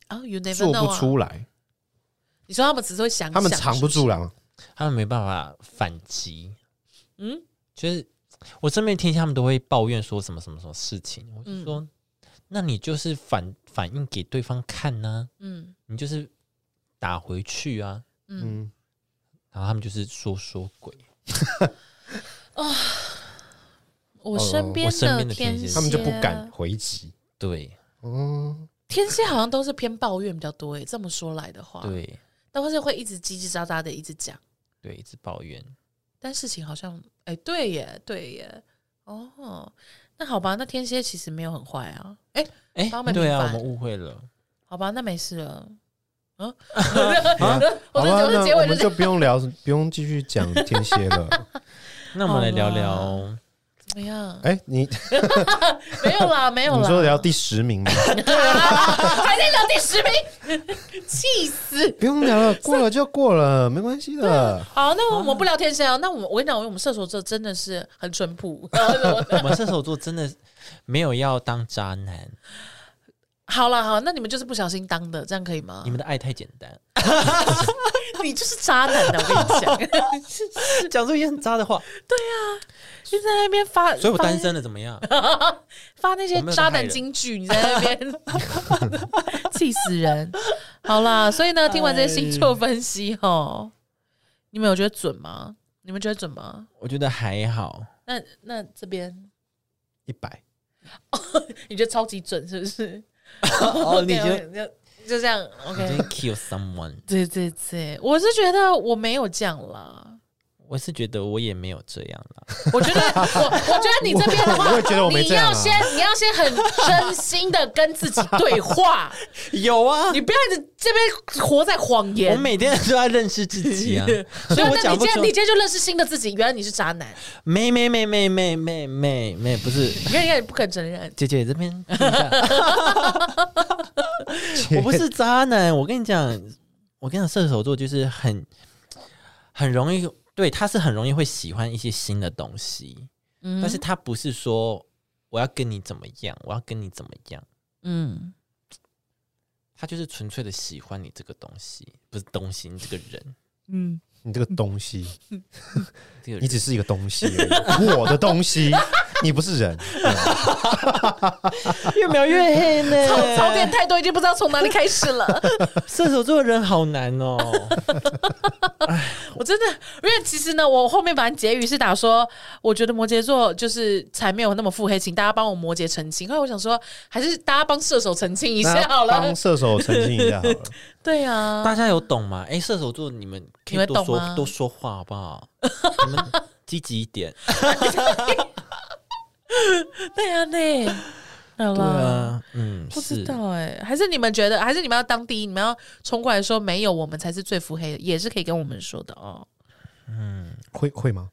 [SPEAKER 2] 啊、y o u never
[SPEAKER 3] 做
[SPEAKER 2] know
[SPEAKER 3] 不
[SPEAKER 2] 啊。
[SPEAKER 3] 出来，
[SPEAKER 2] 你说他们只是会想想，
[SPEAKER 3] 他们藏不住
[SPEAKER 2] 了。
[SPEAKER 3] 了嘛。
[SPEAKER 1] 他们没办法反击。
[SPEAKER 2] 嗯，
[SPEAKER 1] 就是我身边听他们都会抱怨说什么什么什么事情，我就
[SPEAKER 2] 嗯
[SPEAKER 1] 说，那你就是反反应给对方看呢、
[SPEAKER 2] 嗯
[SPEAKER 1] 你就是打回去啊。
[SPEAKER 2] 嗯，
[SPEAKER 3] 嗯，
[SPEAKER 1] 然后他们就是说说鬼，
[SPEAKER 3] 哦
[SPEAKER 2] 我身边
[SPEAKER 1] 我身边的
[SPEAKER 2] 天
[SPEAKER 1] 天蝎
[SPEAKER 2] 蝎，啊
[SPEAKER 3] 他们就不敢回击。
[SPEAKER 1] 对
[SPEAKER 3] 嗯，
[SPEAKER 2] 天蝎好像都是偏抱怨比较多欸诶，这么说来的话，
[SPEAKER 1] 对
[SPEAKER 2] 但是会一直叽叽喳喳的一直讲，
[SPEAKER 1] 对，一直抱怨。
[SPEAKER 2] 但事情好像，哎、对耶，对耶，哦，那好吧，那天蝎其实没有很坏啊，哎、
[SPEAKER 1] 哎、
[SPEAKER 2] 帮他们
[SPEAKER 1] 对啊，
[SPEAKER 2] 平
[SPEAKER 1] 我
[SPEAKER 2] 反
[SPEAKER 1] 们误会了。
[SPEAKER 2] 好吧，那没事了， <laughs> 嗯，
[SPEAKER 3] 啊
[SPEAKER 2] 我
[SPEAKER 3] 好
[SPEAKER 2] 的
[SPEAKER 3] 吧，
[SPEAKER 2] 我的结
[SPEAKER 3] 那我
[SPEAKER 2] 尾就
[SPEAKER 3] 们
[SPEAKER 2] 是
[SPEAKER 3] 就不用聊，不用继续讲天蝎
[SPEAKER 2] <laughs>
[SPEAKER 3] 了。
[SPEAKER 1] 那我们来聊
[SPEAKER 2] 好
[SPEAKER 1] 聊，
[SPEAKER 2] 怎么样？
[SPEAKER 3] 哎，你
[SPEAKER 2] 没有啦，没有
[SPEAKER 3] 你
[SPEAKER 2] 啦，
[SPEAKER 3] 说聊第十名吗？
[SPEAKER 2] <laughs> 还在聊第十名，气死！
[SPEAKER 3] 不用聊了，过了就过了，没关系的。
[SPEAKER 2] 好，那我们不聊天蝎啊，那我们我跟你讲，我们射手座真的是很淳朴。 <laughs>
[SPEAKER 1] 我们射手座真的没有要当渣男，
[SPEAKER 2] 嗯好了，好，那你们就是不小心当的，这样可以吗
[SPEAKER 1] 你？们的爱太简
[SPEAKER 2] <laughs>
[SPEAKER 1] 单，
[SPEAKER 2] 你就是渣男啊的，我跟你讲， <laughs>
[SPEAKER 1] 讲出一些很渣的话，
[SPEAKER 2] 就在那边发，
[SPEAKER 1] 所以我
[SPEAKER 2] 发
[SPEAKER 1] 单身了怎么
[SPEAKER 2] <laughs>
[SPEAKER 1] 样？
[SPEAKER 2] 发那些渣男金句，你在那边 <laughs> 气死人。好啦，所以呢，听完这些星座分析哈，你们有觉得准吗？你们觉得准吗？
[SPEAKER 1] 我觉得还好，
[SPEAKER 2] 那那这边
[SPEAKER 3] 一百，
[SPEAKER 2] 你觉得超级准是不是？
[SPEAKER 1] 哦
[SPEAKER 2] <laughs>
[SPEAKER 1] 你觉得
[SPEAKER 2] 得就这样
[SPEAKER 1] 你今
[SPEAKER 2] OK？
[SPEAKER 1] 天 kill someone，
[SPEAKER 2] 对对对，我是觉得我没有这样啦。
[SPEAKER 1] 我是觉得我也没有这样
[SPEAKER 2] <laughs>
[SPEAKER 1] 啦，
[SPEAKER 2] 我觉得我我觉得你这边的话，
[SPEAKER 3] 我 <laughs> 也觉得我没
[SPEAKER 2] 你
[SPEAKER 3] 这样
[SPEAKER 2] 要
[SPEAKER 3] 啊
[SPEAKER 2] 先你要先很真心的跟自己对
[SPEAKER 3] <laughs>
[SPEAKER 2] 话，
[SPEAKER 1] 有啊，
[SPEAKER 2] 你不要一直这边活在谎言
[SPEAKER 1] 我。每天都在认识自己
[SPEAKER 2] <laughs>
[SPEAKER 1] 啊， <laughs> 所以
[SPEAKER 2] 对啊
[SPEAKER 1] 我
[SPEAKER 2] 那
[SPEAKER 1] 讲
[SPEAKER 2] 你
[SPEAKER 1] 不
[SPEAKER 2] 今
[SPEAKER 1] 出
[SPEAKER 2] 天你今天就认识新的自己，原来你是渣男，
[SPEAKER 1] 没没没没没没没没，不是 <laughs>
[SPEAKER 2] 你看你看你不肯承认。
[SPEAKER 1] 姐姐这边，我不是渣男，我跟你讲，我跟你讲，射手座就是很很容易，对，他是很容易会喜欢一些新的东西，
[SPEAKER 2] 嗯
[SPEAKER 1] 但是他不是说我要跟你怎么样，我要跟你怎么样，
[SPEAKER 2] 嗯，
[SPEAKER 1] 他就是纯粹的喜欢你这个东西，不是东西，你这个人，
[SPEAKER 2] 嗯，
[SPEAKER 3] 你这个东西，
[SPEAKER 1] 这个
[SPEAKER 3] 你
[SPEAKER 1] 人
[SPEAKER 3] 只是一个东西而已，我的东西，
[SPEAKER 2] <laughs>
[SPEAKER 3] 你不是人。
[SPEAKER 1] 越描越黑呢，
[SPEAKER 2] <laughs> 槽槽点太多，已经不知道从哪里开始了。
[SPEAKER 1] <laughs> <laughs> 射手座的人好难
[SPEAKER 2] <laughs>
[SPEAKER 1] 哦，
[SPEAKER 2] 我真的，因为其实呢，我后面反正结语是打说，我觉得摩羯座就是才没有那么腹黑，请大家帮我摩羯澄清。后来我想说，还是大家帮射手澄清一下好
[SPEAKER 3] 那
[SPEAKER 2] 了
[SPEAKER 3] 帮。射手澄清一下好了。
[SPEAKER 2] 对啊，
[SPEAKER 1] 大家有懂吗？哎，射手座你们可
[SPEAKER 2] 你们
[SPEAKER 1] 以多
[SPEAKER 2] 懂吗
[SPEAKER 1] 说多说话好不好？你们积极一
[SPEAKER 2] <laughs>
[SPEAKER 1] 点。
[SPEAKER 2] 对
[SPEAKER 1] <laughs>
[SPEAKER 2] 啊，那好
[SPEAKER 1] 对
[SPEAKER 2] 了。
[SPEAKER 1] 啊，嗯，
[SPEAKER 2] 不知
[SPEAKER 1] 是
[SPEAKER 2] 道哎、还是你们觉得，还是你们要当第一，你们要冲过来说没有，我们才是最腹黑的，也是可以跟我们说的哦。
[SPEAKER 3] 会
[SPEAKER 2] <laughs>
[SPEAKER 3] 会吗？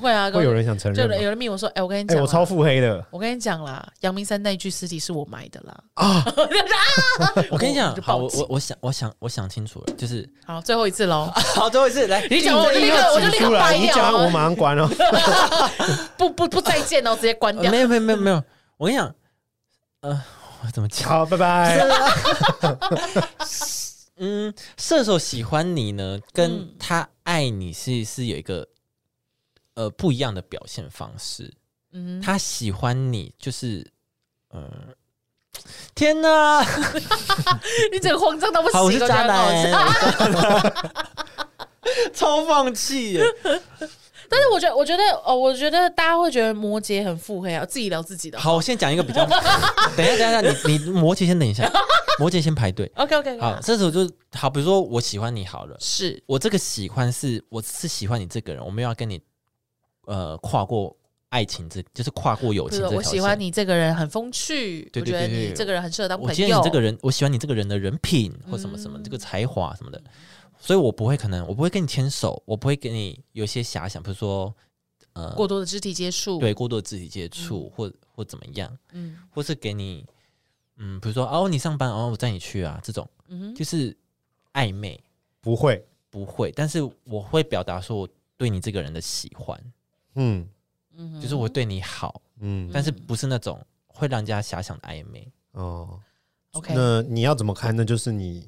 [SPEAKER 2] 会啊，
[SPEAKER 3] 会有人想承
[SPEAKER 2] 就
[SPEAKER 3] 认
[SPEAKER 2] 有人
[SPEAKER 3] 吗？
[SPEAKER 2] 有人命我说，哎、我跟你
[SPEAKER 3] 哎、
[SPEAKER 2] 讲啊、
[SPEAKER 3] 我超腹黑的，
[SPEAKER 2] 我跟你讲啦，阳明山那一具尸体是我埋的啦。
[SPEAKER 1] <laughs> 我跟你
[SPEAKER 2] 啊
[SPEAKER 1] 讲，
[SPEAKER 2] 我就
[SPEAKER 1] 好，
[SPEAKER 2] 报
[SPEAKER 1] 我
[SPEAKER 2] 警
[SPEAKER 1] 我我想我想我想清楚了，就是
[SPEAKER 2] <laughs> 好，最后一次喽，
[SPEAKER 1] 好，最后一次来，
[SPEAKER 2] 你讲完我就立刻我就立刻
[SPEAKER 3] 出来，
[SPEAKER 2] 掰啊
[SPEAKER 3] 你讲我
[SPEAKER 2] 掉，
[SPEAKER 3] 马上关
[SPEAKER 2] <laughs>
[SPEAKER 3] 哦。
[SPEAKER 2] <laughs> 不不不再见哦，直接关
[SPEAKER 1] 呃
[SPEAKER 2] 掉
[SPEAKER 1] 没。有没有没有没
[SPEAKER 2] 嗯
[SPEAKER 1] 有，我跟你讲，呃，我怎么讲？
[SPEAKER 3] 好，拜拜。
[SPEAKER 2] 啊
[SPEAKER 1] 嗯，射手喜欢你呢，
[SPEAKER 2] 嗯
[SPEAKER 1] 跟他爱你是是有一个呃不一样的表现方式。
[SPEAKER 2] 嗯，
[SPEAKER 1] 他喜欢你就是，呃，天哪，
[SPEAKER 2] 你整个慌张到不行，
[SPEAKER 1] 好，我是
[SPEAKER 2] 觉得
[SPEAKER 1] 渣
[SPEAKER 2] 很好笑
[SPEAKER 1] 男，我是渣男 <laughs> 超放弃耶。
[SPEAKER 2] 但是我觉得，我觉得，哦，我觉得大家会觉得摩羯很腹黑啊，自己聊自己的。
[SPEAKER 1] 好，我先讲一个
[SPEAKER 2] <laughs>
[SPEAKER 1] 比较，等一下，等一下，等一下，你你摩羯先等一下，摩羯先排队。
[SPEAKER 2] OK OK，
[SPEAKER 1] 好，射手就好，比如说我喜欢你好了，
[SPEAKER 2] 是
[SPEAKER 1] 我这个喜欢是我是喜欢你这个人，我没有要跟你呃跨过爱情这，就是跨过友
[SPEAKER 2] 不
[SPEAKER 1] 情
[SPEAKER 2] 是
[SPEAKER 1] 这条
[SPEAKER 2] 我喜欢
[SPEAKER 1] 线。
[SPEAKER 2] 你这个人很风趣，
[SPEAKER 1] 对
[SPEAKER 2] 我觉
[SPEAKER 1] 对
[SPEAKER 2] 得
[SPEAKER 1] 对对
[SPEAKER 2] 你这个人很适合当
[SPEAKER 1] 我
[SPEAKER 2] 朋
[SPEAKER 1] 觉得
[SPEAKER 2] 友。嗯
[SPEAKER 1] 你这个人，我喜欢你这个人的人品或什么什么，这个才华什么的，所以我不会可能，我不会跟你牵手，我不会跟你有一些遐想，比如说呃
[SPEAKER 2] 过多嗯的肢体接触，
[SPEAKER 1] 对，过度的肢体接触、或或怎么样，
[SPEAKER 2] 嗯
[SPEAKER 1] 或是给你嗯，比如说哦你上班哦我载你去啊这种，
[SPEAKER 2] 嗯哼，
[SPEAKER 1] 就是暧昧，
[SPEAKER 3] 不会，
[SPEAKER 1] 不会，但是我会表达说我对你这个人的喜欢，
[SPEAKER 3] 嗯
[SPEAKER 2] 嗯哼
[SPEAKER 1] 就是我对你好，
[SPEAKER 3] 嗯
[SPEAKER 1] 但是不是那种会让人家遐想的暧昧。
[SPEAKER 3] 哦。
[SPEAKER 2] OK。
[SPEAKER 3] 那你要怎么看？那就是你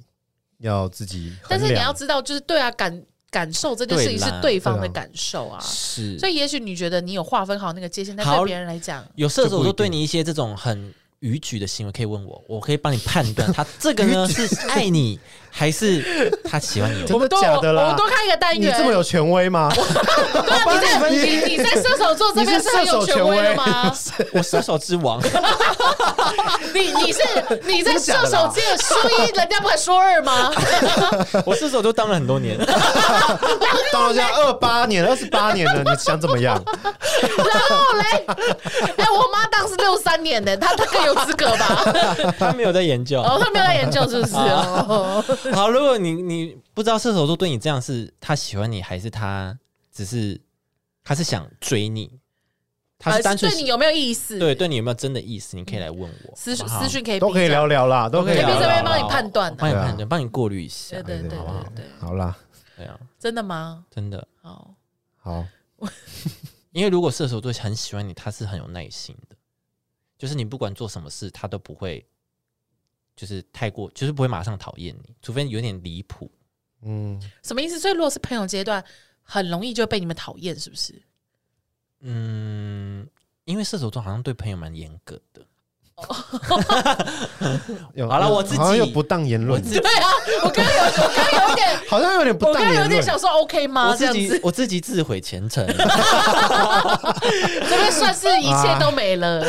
[SPEAKER 3] 要自己衡量。
[SPEAKER 2] 但是你要知道，就是对啊，感感受这件事
[SPEAKER 1] 对
[SPEAKER 2] 情是
[SPEAKER 1] 啦
[SPEAKER 2] 对方的
[SPEAKER 3] 对啊
[SPEAKER 2] 感受啊。
[SPEAKER 1] 是
[SPEAKER 2] 所以也许你觉得你有划分好那个界限，但对
[SPEAKER 1] 好
[SPEAKER 2] 别人来讲，
[SPEAKER 1] 有射手
[SPEAKER 3] 这不一
[SPEAKER 1] 座
[SPEAKER 3] 定
[SPEAKER 1] 对你一些这种很逾矩的行为，可以问我，我可以帮你判断
[SPEAKER 3] <laughs>
[SPEAKER 1] 他这个呢是爱你还是他喜欢你。
[SPEAKER 3] 真的
[SPEAKER 2] 多
[SPEAKER 3] 假的
[SPEAKER 2] 我
[SPEAKER 3] 啦
[SPEAKER 2] 们？多开一个单
[SPEAKER 3] 你
[SPEAKER 2] 元。
[SPEAKER 3] 这么有权威吗？
[SPEAKER 2] 对啊，你在你你在射手座这边
[SPEAKER 3] 你是
[SPEAKER 2] 很
[SPEAKER 3] 射
[SPEAKER 2] 有
[SPEAKER 3] 手
[SPEAKER 2] 权
[SPEAKER 3] 权威
[SPEAKER 2] 的
[SPEAKER 3] <laughs>
[SPEAKER 2] 吗？
[SPEAKER 1] 我射手之王，
[SPEAKER 2] 你你是你在射
[SPEAKER 3] 真的假的
[SPEAKER 2] 手
[SPEAKER 3] 啦
[SPEAKER 2] 只有说一，人家不敢说二
[SPEAKER 3] <laughs>
[SPEAKER 2] 吗？
[SPEAKER 1] 我射手座当了很多年， <laughs>
[SPEAKER 3] 到了现在二八年、二十八年了，你想怎
[SPEAKER 2] <laughs>
[SPEAKER 3] 么样？
[SPEAKER 2] 然后哦嘞，哎，我妈当时六三年的，她她更有资格吧？
[SPEAKER 1] 他没有在研究。
[SPEAKER 2] 哦，她没有在研究是不是？哦，
[SPEAKER 1] <laughs> 好，如果你你不知道射手座对你这样是他喜欢你，还是他只是他是想追你，他是单纯
[SPEAKER 2] 呃对你有没有意思？嗯
[SPEAKER 1] 对，对你有没有真的意思？你可以来问我，
[SPEAKER 2] 私
[SPEAKER 1] 好
[SPEAKER 2] 讯
[SPEAKER 1] 不好
[SPEAKER 2] 私，讯可以
[SPEAKER 3] 都可以聊聊啦，都可以
[SPEAKER 2] 这
[SPEAKER 3] 聊
[SPEAKER 2] 边这边
[SPEAKER 3] 聊
[SPEAKER 2] 帮你
[SPEAKER 3] 啦。
[SPEAKER 2] 判断啊
[SPEAKER 1] 帮你判
[SPEAKER 3] 对
[SPEAKER 1] 断，帮你过滤一下
[SPEAKER 2] 对。对对对
[SPEAKER 3] 好不好
[SPEAKER 2] 对，
[SPEAKER 3] 好啦，
[SPEAKER 1] 对啊，
[SPEAKER 2] 真的吗？
[SPEAKER 1] 真的，
[SPEAKER 2] 哦，
[SPEAKER 3] 好，
[SPEAKER 1] 因为如果射手座很喜欢你，他是很有耐心的，就是你不管做什么事，他都不会，就是太过，就是不会马上讨厌你，除非有点离谱。
[SPEAKER 3] 嗯，
[SPEAKER 2] 什么意思？所以如果是朋友阶段，很容易就被你们讨厌，是不
[SPEAKER 3] <laughs>
[SPEAKER 2] 是？
[SPEAKER 1] 嗯，因为射手座好像对朋友蛮严格的。
[SPEAKER 3] 有
[SPEAKER 1] 好啦我自己
[SPEAKER 3] 好像有不当言
[SPEAKER 1] 我
[SPEAKER 3] 论，
[SPEAKER 1] 自己，
[SPEAKER 2] 对啊，我刚刚有我刚刚有点，
[SPEAKER 3] 好像有点
[SPEAKER 2] 我
[SPEAKER 3] 不
[SPEAKER 2] 刚
[SPEAKER 3] 当
[SPEAKER 2] 刚有
[SPEAKER 3] 言
[SPEAKER 2] 点
[SPEAKER 3] 论。
[SPEAKER 2] 想说 OK 吗
[SPEAKER 1] 我？
[SPEAKER 2] 啊这
[SPEAKER 1] 自
[SPEAKER 2] 样
[SPEAKER 1] 己
[SPEAKER 2] 子，，
[SPEAKER 1] <laughs> 我自己自毁前
[SPEAKER 2] <laughs>
[SPEAKER 1] 程。
[SPEAKER 2] 这边算是一切都没了。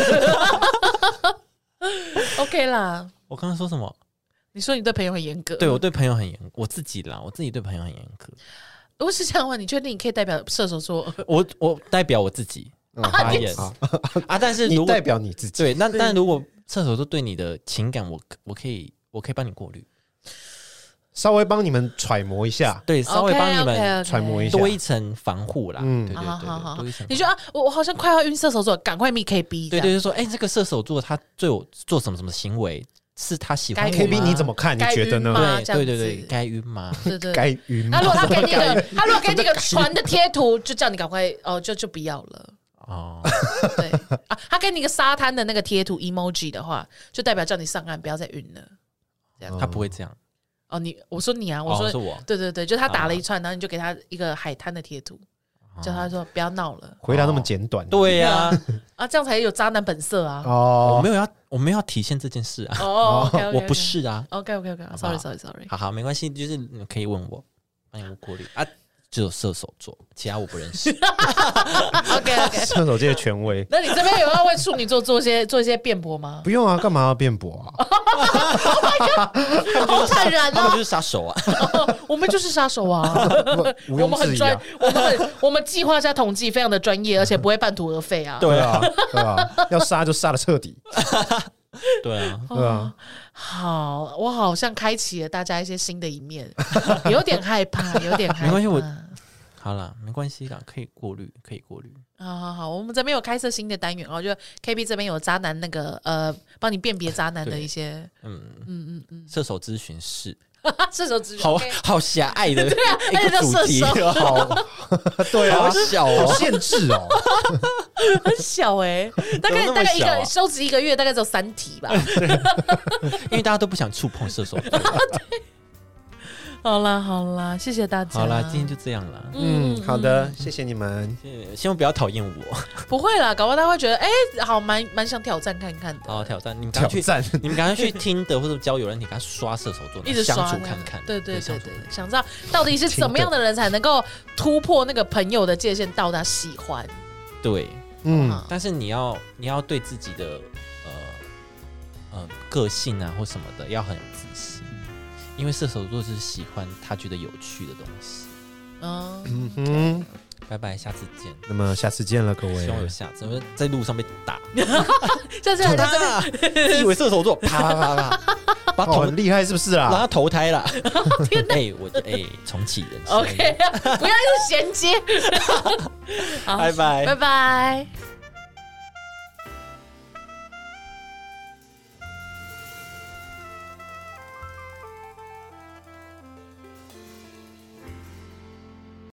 [SPEAKER 2] OK 啦，
[SPEAKER 1] 我刚刚说什么？
[SPEAKER 2] 你说你对朋友很严格，
[SPEAKER 1] 对我对朋友很严，我自己啦，我自己对朋友很严格。
[SPEAKER 2] 如果是这样的话，你确定你可以代表射手座？
[SPEAKER 1] 我我代表我自
[SPEAKER 2] <laughs>
[SPEAKER 1] 己
[SPEAKER 3] 嗯
[SPEAKER 1] 发言
[SPEAKER 3] 好
[SPEAKER 1] 啊，但是
[SPEAKER 3] 你
[SPEAKER 1] 如果
[SPEAKER 3] 代表你自己，
[SPEAKER 1] 对，那但如果射手座对你的情感，我我可以我可以帮你过滤，
[SPEAKER 3] 稍微帮你们揣摩一下，
[SPEAKER 1] 对，稍微帮你们
[SPEAKER 2] OK，OK，OK
[SPEAKER 3] 揣摩一下
[SPEAKER 1] 多一层防护啦。
[SPEAKER 3] 嗯
[SPEAKER 1] 对对对
[SPEAKER 2] 好好
[SPEAKER 1] 对，
[SPEAKER 2] 好
[SPEAKER 1] 多一层防护。
[SPEAKER 2] 你觉得啊，我我好像快要晕射手座，赶快密 KB
[SPEAKER 1] 对
[SPEAKER 2] 这
[SPEAKER 1] 对，
[SPEAKER 2] 样
[SPEAKER 1] 就说哎，这个射手座他对我做什么什么行为，是他喜欢我
[SPEAKER 2] 该晕
[SPEAKER 3] KB
[SPEAKER 1] 吗
[SPEAKER 2] 吗
[SPEAKER 3] 你怎么看？你
[SPEAKER 2] 该
[SPEAKER 3] 觉得
[SPEAKER 2] 晕吗
[SPEAKER 3] 呢？
[SPEAKER 2] 这
[SPEAKER 1] 对对
[SPEAKER 2] 样
[SPEAKER 1] 对对，
[SPEAKER 2] 子
[SPEAKER 1] 该晕吗？
[SPEAKER 2] 对对
[SPEAKER 3] 该晕吗
[SPEAKER 2] 那如？
[SPEAKER 3] <laughs>
[SPEAKER 2] 果他给你个，他如果给你个船的贴图，就叫你赶快哦，就就不要了。 <laughs>
[SPEAKER 1] 哦， <laughs>
[SPEAKER 2] 对啊，他给你一个沙滩的那个贴图 emoji 的话，就代表叫你上岸，不要再晕了。
[SPEAKER 1] 他不会这
[SPEAKER 2] <laughs>
[SPEAKER 1] 样。
[SPEAKER 2] 哦，你我说你啊，我
[SPEAKER 1] 哦
[SPEAKER 2] 说、
[SPEAKER 1] 是我，啊
[SPEAKER 2] 对对对，就他打了一串，然后你就给他一个海滩的贴图，叫他说不要闹了
[SPEAKER 3] 回答那么简短，
[SPEAKER 1] 对呀，
[SPEAKER 2] 啊，这样才有渣男本色啊。
[SPEAKER 1] 我
[SPEAKER 3] 哦
[SPEAKER 1] 没，有要，我没有要体现这件事啊，
[SPEAKER 2] 哦，OK，OK，OK，
[SPEAKER 1] 我不是啊。
[SPEAKER 2] OK OK OK，
[SPEAKER 1] 好
[SPEAKER 2] sorry sorry sorry。
[SPEAKER 1] 好好，没关系，就是你可以问我，帮你过滤啊。只有射手座，其他我不认
[SPEAKER 2] <laughs>
[SPEAKER 1] 识。
[SPEAKER 2] OK OK，
[SPEAKER 3] 射手界的权威，
[SPEAKER 2] 那你这边有要为处女座做一些做一些辩驳吗？
[SPEAKER 3] 不用啊，干嘛要辩驳啊？
[SPEAKER 2] 好坦然
[SPEAKER 1] 他们
[SPEAKER 2] 啊
[SPEAKER 1] 就，是杀手
[SPEAKER 2] <laughs>
[SPEAKER 1] 啊！
[SPEAKER 2] 哦我们就是杀
[SPEAKER 1] <laughs>
[SPEAKER 2] 手啊。
[SPEAKER 3] 毋
[SPEAKER 2] 我
[SPEAKER 3] 庸
[SPEAKER 2] 们很
[SPEAKER 3] 置疑啊
[SPEAKER 2] 专，，我们很我们计划加统计非常的专业，而且不会半途而
[SPEAKER 1] <laughs>
[SPEAKER 2] 废啊。
[SPEAKER 3] 对啊，对啊，要杀就杀的彻底，
[SPEAKER 1] 对啊，
[SPEAKER 3] 对啊，
[SPEAKER 2] 好，我好像开启了大家一些新的一面，有点害怕，有点害怕。
[SPEAKER 1] 没关系我好啦，没关系啦，可以过滤，可以过滤。
[SPEAKER 2] 好好好，我们这边有开设新的单元哦，就 KB 这边有渣男那个呃，帮你辨别渣男的一些啊
[SPEAKER 1] 射手咨询室，
[SPEAKER 2] 射手之
[SPEAKER 1] 好
[SPEAKER 2] 嗯
[SPEAKER 1] 啊
[SPEAKER 2] OK
[SPEAKER 1] 好狭隘
[SPEAKER 2] <laughs>
[SPEAKER 1] 的一
[SPEAKER 2] 而
[SPEAKER 1] 个
[SPEAKER 2] 且叫
[SPEAKER 1] 主题，<laughs>
[SPEAKER 2] 射 <laughs>
[SPEAKER 1] 好
[SPEAKER 3] 对啊
[SPEAKER 1] 好，小
[SPEAKER 3] 好
[SPEAKER 1] 哦。
[SPEAKER 3] 限制哦，
[SPEAKER 2] 很小
[SPEAKER 1] <laughs>
[SPEAKER 2] 哎、大概
[SPEAKER 1] 怎么那么
[SPEAKER 2] 大概一
[SPEAKER 1] 小啊
[SPEAKER 2] 个收集一个月，大概只有三
[SPEAKER 1] <laughs>
[SPEAKER 2] 题吧。
[SPEAKER 1] 因为大家都不想触碰射手
[SPEAKER 2] <laughs>
[SPEAKER 1] 座。
[SPEAKER 2] 好啦好啦，谢谢大家。
[SPEAKER 1] 好啦，今天就这样啦。
[SPEAKER 3] 嗯，好的，谢谢你们，
[SPEAKER 2] 啊
[SPEAKER 1] 呃希望不要讨厌
[SPEAKER 2] <laughs>
[SPEAKER 1] 我。
[SPEAKER 2] 不会啦，搞不好他会觉得哎、好蛮蛮想挑战看看的。
[SPEAKER 1] 好，哦挑战你们赶
[SPEAKER 3] 挑
[SPEAKER 1] 快去，
[SPEAKER 3] 战，
[SPEAKER 1] 你们赶
[SPEAKER 2] <laughs>
[SPEAKER 1] 快去听的或者交友软体，给他刷射手座，
[SPEAKER 2] 一直
[SPEAKER 1] 相
[SPEAKER 2] 刷
[SPEAKER 1] 处
[SPEAKER 2] 那样
[SPEAKER 1] 看看。
[SPEAKER 2] 对对对
[SPEAKER 1] 相处
[SPEAKER 2] 对，对想知道到底是怎么样的人才能够突破那个朋友的界限，到达喜欢？
[SPEAKER 1] 对。
[SPEAKER 3] 嗯
[SPEAKER 2] 嗯，
[SPEAKER 1] 但是你要你要对自己的呃呃个性啊或什么的要很有自信，因为射手座是喜欢他觉得有趣的东西。
[SPEAKER 2] 嗯，
[SPEAKER 3] 嗯哼，
[SPEAKER 1] 拜拜，下次见。
[SPEAKER 3] 那么下次见了，各
[SPEAKER 1] 希
[SPEAKER 3] 位
[SPEAKER 1] 望，有下次，因为在路上被打，<laughs>
[SPEAKER 2] 像这样他这边
[SPEAKER 1] 啊自以为射手座，啪啪啪啪，把
[SPEAKER 3] 哦，
[SPEAKER 1] 头
[SPEAKER 3] 很厉害是不是
[SPEAKER 1] 让
[SPEAKER 3] 啊？
[SPEAKER 1] 他投胎了。 <laughs> 哎，我哎，重启人生。
[SPEAKER 2] <laughs> OK，不要一直衔接。好
[SPEAKER 1] 拜拜
[SPEAKER 2] 拜拜。